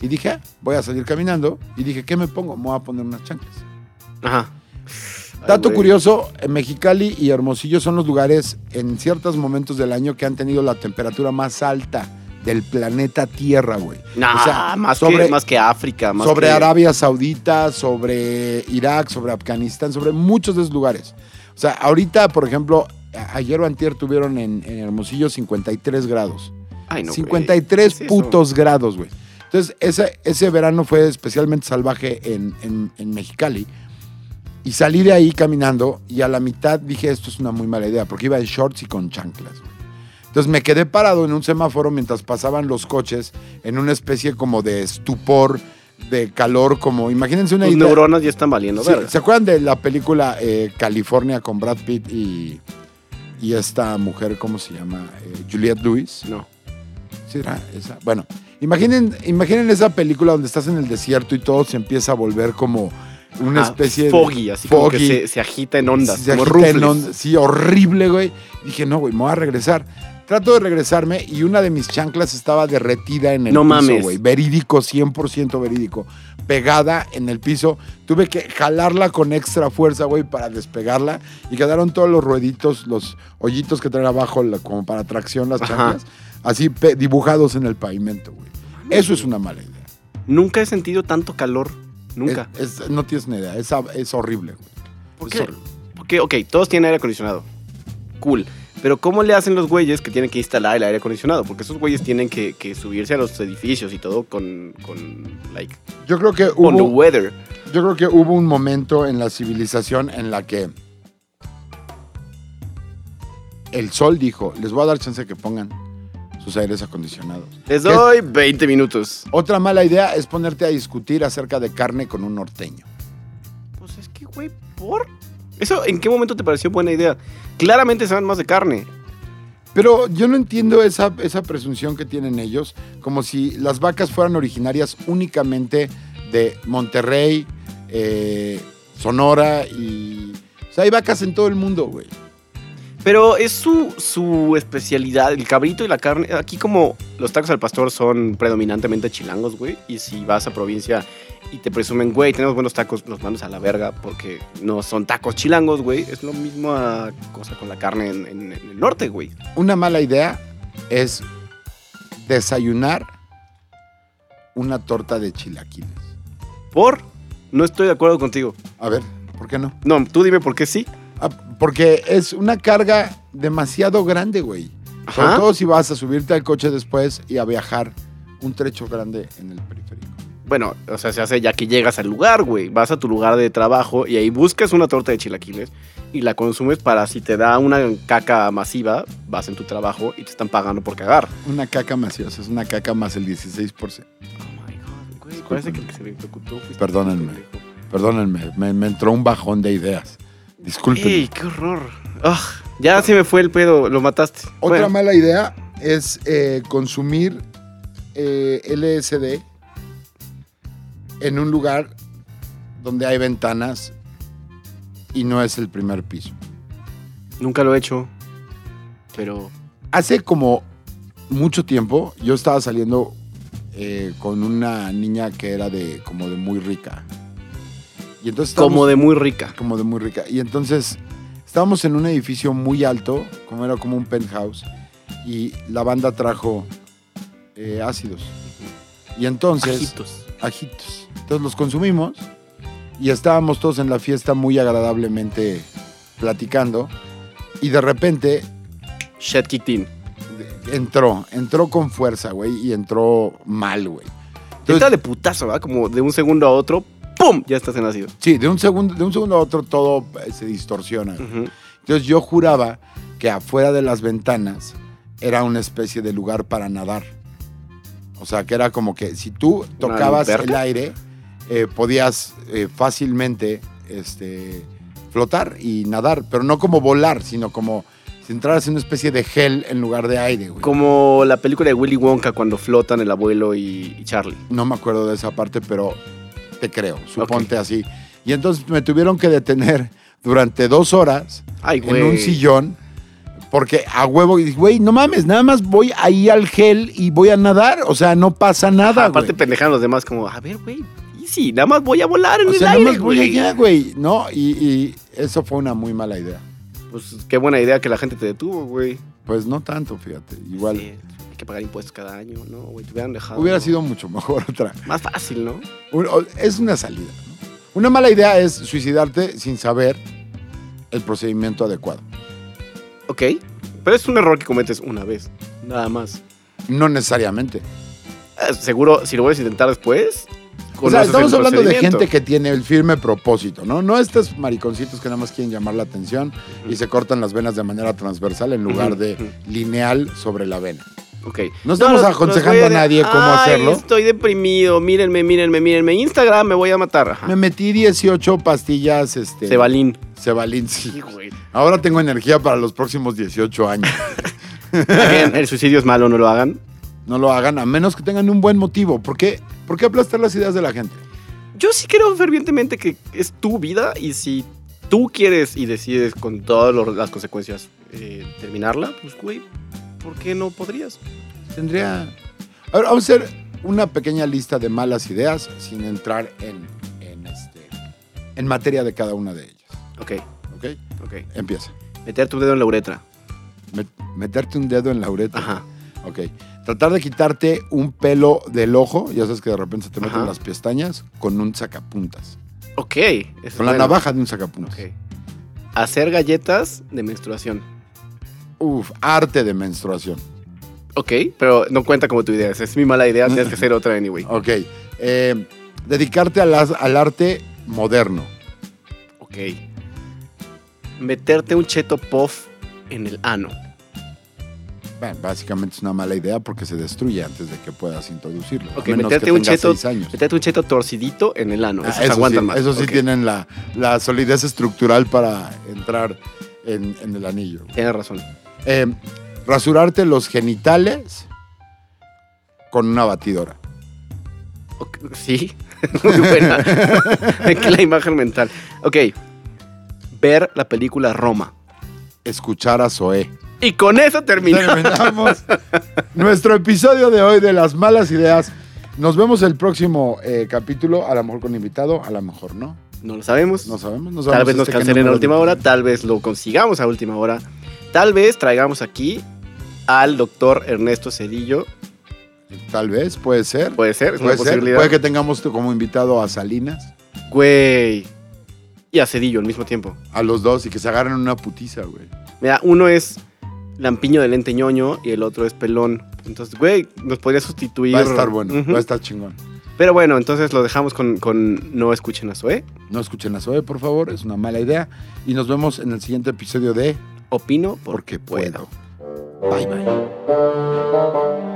[SPEAKER 1] Y dije, "Ah, voy a salir caminando. Y dije, ¿qué me pongo? Me voy a poner unas chanclas.
[SPEAKER 2] Ajá.
[SPEAKER 1] Dato
[SPEAKER 2] Ay, güey.
[SPEAKER 1] curioso, en Mexicali y Hermosillo son los lugares en ciertos momentos del año que han tenido la temperatura más alta del planeta Tierra, güey.
[SPEAKER 2] Nah,
[SPEAKER 1] O sea,
[SPEAKER 2] más,
[SPEAKER 1] sobre-
[SPEAKER 2] que, más que África, más
[SPEAKER 1] sobre
[SPEAKER 2] que-
[SPEAKER 1] Arabia Saudita, sobre Irak, sobre Afganistán, sobre muchos de esos lugares. O sea, ahorita, por ejemplo, a- ayer o antier tuvieron en, en Hermosillo 53 grados.
[SPEAKER 2] Ay, no, güey.
[SPEAKER 1] 53
[SPEAKER 2] ¿Qué es eso?
[SPEAKER 1] putos grados, güey. Entonces, ese, ese verano fue especialmente salvaje en, en- en Mexicali. Y salí de ahí caminando y a la mitad dije, esto es una muy mala idea, porque iba en shorts y con chanclas, güey. Entonces me quedé parado en un semáforo mientras pasaban los coches en una especie como de estupor, de calor, como imagínense una
[SPEAKER 2] Tus
[SPEAKER 1] idea-
[SPEAKER 2] neuronas ya están valiendo,
[SPEAKER 1] Sí,
[SPEAKER 2] verga.
[SPEAKER 1] ¿Se acuerdan de la película eh, California con Brad Pitt y, y esta mujer, ¿cómo se llama? Eh, Juliette Lewis.
[SPEAKER 2] No.
[SPEAKER 1] Sí, era esa. Bueno, imaginen, imaginen esa película donde estás en el desierto y todo se empieza a volver como una
[SPEAKER 2] Ah,
[SPEAKER 1] especie de.
[SPEAKER 2] Foggy, así como que
[SPEAKER 1] foggy.
[SPEAKER 2] se, se agita en ondas,
[SPEAKER 1] Se
[SPEAKER 2] como
[SPEAKER 1] agita en
[SPEAKER 2] rufles.
[SPEAKER 1] onda- Sí, horrible, güey. Dije, no, güey, me voy a regresar. Trato de regresarme y una de mis chanclas estaba derretida en el
[SPEAKER 2] No
[SPEAKER 1] piso,
[SPEAKER 2] mames.
[SPEAKER 1] güey. Verídico, 100% verídico. Pegada en el piso. Tuve que jalarla con extra fuerza, güey, para despegarla. Y quedaron todos los rueditos, los hoyitos que traen abajo, la- como para tracción las
[SPEAKER 2] Ajá.
[SPEAKER 1] chanclas, así pe- dibujados en el pavimento, güey. Eso es una mala idea.
[SPEAKER 2] Nunca he sentido tanto calor. Nunca.
[SPEAKER 1] Es- es- no tienes ni idea. Es, ab- es horrible, güey.
[SPEAKER 2] Eh, ¿Por
[SPEAKER 1] Es
[SPEAKER 2] qué?
[SPEAKER 1] horrible.
[SPEAKER 2] Porque, ok, todos tienen aire acondicionado. Cool. Pero ¿cómo le hacen los güeyes que tienen que instalar el aire acondicionado? Porque esos güeyes tienen que, que subirse a los edificios y todo con, con like,
[SPEAKER 1] Yo creo que
[SPEAKER 2] on the
[SPEAKER 1] hubo,
[SPEAKER 2] weather.
[SPEAKER 1] Yo creo que hubo un momento en la civilización en la que el sol dijo, les voy a dar chance de que pongan sus aires acondicionados.
[SPEAKER 2] Les
[SPEAKER 1] ¿Qué es?
[SPEAKER 2] doy 20 minutos.
[SPEAKER 1] Otra mala idea es ponerte a discutir acerca de carne con un norteño.
[SPEAKER 2] Pues es que, güey, ¿por? ¿Eso en qué momento te pareció buena idea? Claramente saben más de carne.
[SPEAKER 1] Pero yo no entiendo esa, esa presunción que tienen ellos, como si las vacas fueran originarias únicamente de Monterrey, eh, Sonora y... O sea, hay vacas en todo el mundo, güey.
[SPEAKER 2] Pero es su, su especialidad, el cabrito y la carne. Aquí como los tacos al pastor son predominantemente chilangos, güey. Y si vas a provincia y te presumen, güey, tenemos buenos tacos, los mandas a la verga porque no son tacos chilangos, güey. Es lo mismo ah, cosa con la carne en, en- en el norte, güey.
[SPEAKER 1] Una mala idea es desayunar una torta de chilaquiles.
[SPEAKER 2] Por, no estoy de acuerdo contigo.
[SPEAKER 1] A ver, ¿por qué no?
[SPEAKER 2] No, tú dime por qué sí.
[SPEAKER 1] Ah, porque es una carga demasiado grande, güey. Sobre
[SPEAKER 2] Ajá.
[SPEAKER 1] todo si vas a subirte al coche después y a viajar un trecho grande en el periférico.
[SPEAKER 2] Bueno, o sea, se hace ya que llegas al lugar, güey. Vas a tu lugar de trabajo y ahí buscas una torta de chilaquiles y la consumes para si te da una caca masiva, vas en tu trabajo y te están pagando por cagar.
[SPEAKER 1] Una caca maciosa, es una caca más el 16%.
[SPEAKER 2] Oh my god, güey.
[SPEAKER 1] Discúlpame.
[SPEAKER 2] Parece que el que se electrocutó fuiste tú,
[SPEAKER 1] Perdónenme.
[SPEAKER 2] este pendejo.
[SPEAKER 1] Perdónenme, me, me entró un bajón de ideas. Disculpen.
[SPEAKER 2] ¡Ey, qué horror! Ah, ya se me fue el pedo, lo mataste.
[SPEAKER 1] Otra
[SPEAKER 2] Bueno,
[SPEAKER 1] mala idea es eh, consumir eh, LSD en un lugar donde hay ventanas y no es el primer piso.
[SPEAKER 2] Nunca lo he hecho, pero
[SPEAKER 1] Hace como mucho tiempo yo estaba saliendo eh, con una niña que era de como de muy rica. Y entonces estábamos-
[SPEAKER 2] como de muy rica.
[SPEAKER 1] como de muy rica. Y entonces estábamos en un edificio muy alto, como era como un penthouse, y la banda trajo eh, ácidos. Y entonces,
[SPEAKER 2] Ajitos.
[SPEAKER 1] ajitos. Entonces los consumimos y estábamos todos en la fiesta muy agradablemente platicando. Y de repente
[SPEAKER 2] Shit Kitin.
[SPEAKER 1] entró, entró con fuerza, güey, y entró mal, güey. Entonces-
[SPEAKER 2] Está de putazo, ¿verdad? Como de un segundo a otro, ¡pum! Ya estás en ácido.
[SPEAKER 1] Sí, de un segundo, de un segundo a otro todo eh, se distorsiona. güey.
[SPEAKER 2] Ujú.
[SPEAKER 1] Entonces yo juraba que afuera de las ventanas era una especie de lugar para nadar. O sea, que era como que si tú tocabas
[SPEAKER 2] alberca?
[SPEAKER 1] el aire, eh, podías eh, fácilmente este, flotar y nadar, pero no como volar, sino como si entraras en una especie de gel en lugar de aire, güey.
[SPEAKER 2] Como la película de Willy Wonka cuando flotan el abuelo y, y Charlie.
[SPEAKER 1] No me acuerdo de esa parte, pero te creo, suponte así. Y entonces me tuvieron que detener durante dos horas
[SPEAKER 2] Ay, güey.
[SPEAKER 1] en un sillón. Porque a huevo, y dije, güey, no mames, nada más voy ahí al gel y voy a nadar. O sea, no pasa nada,
[SPEAKER 2] Aparte
[SPEAKER 1] güey.
[SPEAKER 2] pendejan los demás como, a ver, güey, easy, nada más voy a volar en
[SPEAKER 1] O
[SPEAKER 2] el
[SPEAKER 1] sea, nada
[SPEAKER 2] aire,
[SPEAKER 1] más voy
[SPEAKER 2] güey.
[SPEAKER 1] allá, güey. No, y, y eso fue una muy mala idea.
[SPEAKER 2] Pues qué buena idea que la gente te detuvo, güey.
[SPEAKER 1] Pues no tanto, fíjate. Igual
[SPEAKER 2] Sí, hay que pagar impuestos cada año, ¿no? Güey, te hubieran dejado.
[SPEAKER 1] hubiera sido mucho (laughs) mejor otra.
[SPEAKER 2] Más fácil, ¿no?
[SPEAKER 1] Un- o- Es una salida. ¿no? Una mala idea es suicidarte sin saber el procedimiento adecuado.
[SPEAKER 2] Ok. Pero es un error que cometes una vez, nada más.
[SPEAKER 1] No necesariamente.
[SPEAKER 2] Eh, Seguro, si lo vuelves a intentar después.
[SPEAKER 1] O sea,
[SPEAKER 2] conoces
[SPEAKER 1] estamos
[SPEAKER 2] el
[SPEAKER 1] hablando de
[SPEAKER 2] procedimiento.
[SPEAKER 1] gente que tiene el firme propósito, ¿no? No estos mariconcitos que nada más quieren llamar la atención y se cortan las venas de manera transversal en lugar
[SPEAKER 2] Ujú,
[SPEAKER 1] de
[SPEAKER 2] ujú.
[SPEAKER 1] lineal sobre la vena.
[SPEAKER 2] Ok.
[SPEAKER 1] No estamos
[SPEAKER 2] los-
[SPEAKER 1] aconsejando
[SPEAKER 2] los
[SPEAKER 1] a
[SPEAKER 2] güeyes de,
[SPEAKER 1] nadie cómo
[SPEAKER 2] "Ay,
[SPEAKER 1] hacerlo".
[SPEAKER 2] Estoy deprimido, mírenme, mírenme, mírenme. Instagram me voy a matar. Ajá.
[SPEAKER 1] Me metí 18 pastillas, este...
[SPEAKER 2] Cebalín.
[SPEAKER 1] Cebalín, sí.
[SPEAKER 2] Sí, güey.
[SPEAKER 1] Ahora tengo energía para los próximos 18 años.
[SPEAKER 2] También, el suicidio es malo, no lo hagan.
[SPEAKER 1] No lo hagan, a menos que tengan un buen motivo. ¿Por qué? ¿Por qué aplastar las ideas de la gente?
[SPEAKER 2] Yo sí creo fervientemente que es tu vida y si tú quieres y decides con todas lo- las consecuencias eh, terminarla, pues, güey, ¿por qué no podrías?
[SPEAKER 1] Tendría... A ver, vamos a hacer una pequeña lista de malas ideas sin entrar en, en, este, en materia de cada una de ellas.
[SPEAKER 2] Ok,
[SPEAKER 1] ¿Ok?
[SPEAKER 2] ok.
[SPEAKER 1] Empieza.
[SPEAKER 2] Meter tu dedo en la uretra.
[SPEAKER 1] Met- meterte un dedo en la uretra.
[SPEAKER 2] Ajá.
[SPEAKER 1] Ok. Tratar de quitarte un pelo del ojo, ya sabes que de repente se te meten
[SPEAKER 2] Ajá.
[SPEAKER 1] las pestañas, con un sacapuntas.
[SPEAKER 2] Ok. eso es
[SPEAKER 1] Con la
[SPEAKER 2] bueno.
[SPEAKER 1] navaja de un sacapuntas.
[SPEAKER 2] Ok. Hacer galletas de menstruación.
[SPEAKER 1] Uf, arte de menstruación.
[SPEAKER 2] Ok, pero no cuenta como tu idea. esa Es mi mala idea, tienes que hacer otra
[SPEAKER 1] (laughs)
[SPEAKER 2] anyway.
[SPEAKER 1] Ok. Eh, dedicarte al, as- al arte moderno.
[SPEAKER 2] Ok. Meterte un cheto puff en el ano.
[SPEAKER 1] Bueno, básicamente es una mala idea porque se destruye antes de que puedas introducirlo.
[SPEAKER 2] Ok,
[SPEAKER 1] a menos
[SPEAKER 2] meterte
[SPEAKER 1] que
[SPEAKER 2] un
[SPEAKER 1] tengas
[SPEAKER 2] cheto-
[SPEAKER 1] seis años.
[SPEAKER 2] Meterte un cheto torcidito en el ano.
[SPEAKER 1] Ah,
[SPEAKER 2] Esos
[SPEAKER 1] eso
[SPEAKER 2] aguantan
[SPEAKER 1] sí,
[SPEAKER 2] más.
[SPEAKER 1] Eso sí
[SPEAKER 2] Ok.
[SPEAKER 1] tienen la, la solidez estructural para entrar en, en el anillo.
[SPEAKER 2] Tienes razón.
[SPEAKER 1] Eh, rasurarte los genitales con una batidora.
[SPEAKER 2] Ok, Sí, (laughs)
[SPEAKER 1] (laughs)
[SPEAKER 2] muy buena. Aquí la imagen mental. Ok, ver la película Roma.
[SPEAKER 1] escuchar a Zoé.
[SPEAKER 2] Y con eso terminamos.
[SPEAKER 1] Terminamos (laughs) nuestro episodio de hoy de las malas ideas. Nos vemos el próximo eh, capítulo, a lo mejor con invitado, a lo mejor no.
[SPEAKER 2] No lo sabemos.
[SPEAKER 1] No sabemos. no
[SPEAKER 2] tal
[SPEAKER 1] sabemos
[SPEAKER 2] vez nos
[SPEAKER 1] este qué
[SPEAKER 2] cancelen a
[SPEAKER 1] número
[SPEAKER 2] última
[SPEAKER 1] de-
[SPEAKER 2] hora, tal vez lo consigamos a última hora. Tal vez traigamos aquí al doctor Ernesto Cedillo.
[SPEAKER 1] Tal vez, puede ser.
[SPEAKER 2] Puede ser, es
[SPEAKER 1] Puede
[SPEAKER 2] una
[SPEAKER 1] ser.
[SPEAKER 2] posibilidad.
[SPEAKER 1] Puede que tengamos como invitado a Salinas,
[SPEAKER 2] Güey. Y a Cedillo al mismo tiempo.
[SPEAKER 1] a los dos, y que se agarren una putiza, güey.
[SPEAKER 2] Mira, uno es lampiño de lente ñoño y el otro es pelón. Entonces, güey, nos podría sustituir.
[SPEAKER 1] Va a estar bueno,
[SPEAKER 2] Ujú.
[SPEAKER 1] va a estar chingón.
[SPEAKER 2] Pero bueno, entonces lo dejamos con, con No escuchen a Zoe.
[SPEAKER 1] No escuchen a Zoe, por favor, es una mala idea. Y nos vemos en el siguiente episodio de
[SPEAKER 2] Opino porque,
[SPEAKER 1] Porque
[SPEAKER 2] puedo.
[SPEAKER 1] puedo. Bye, bye.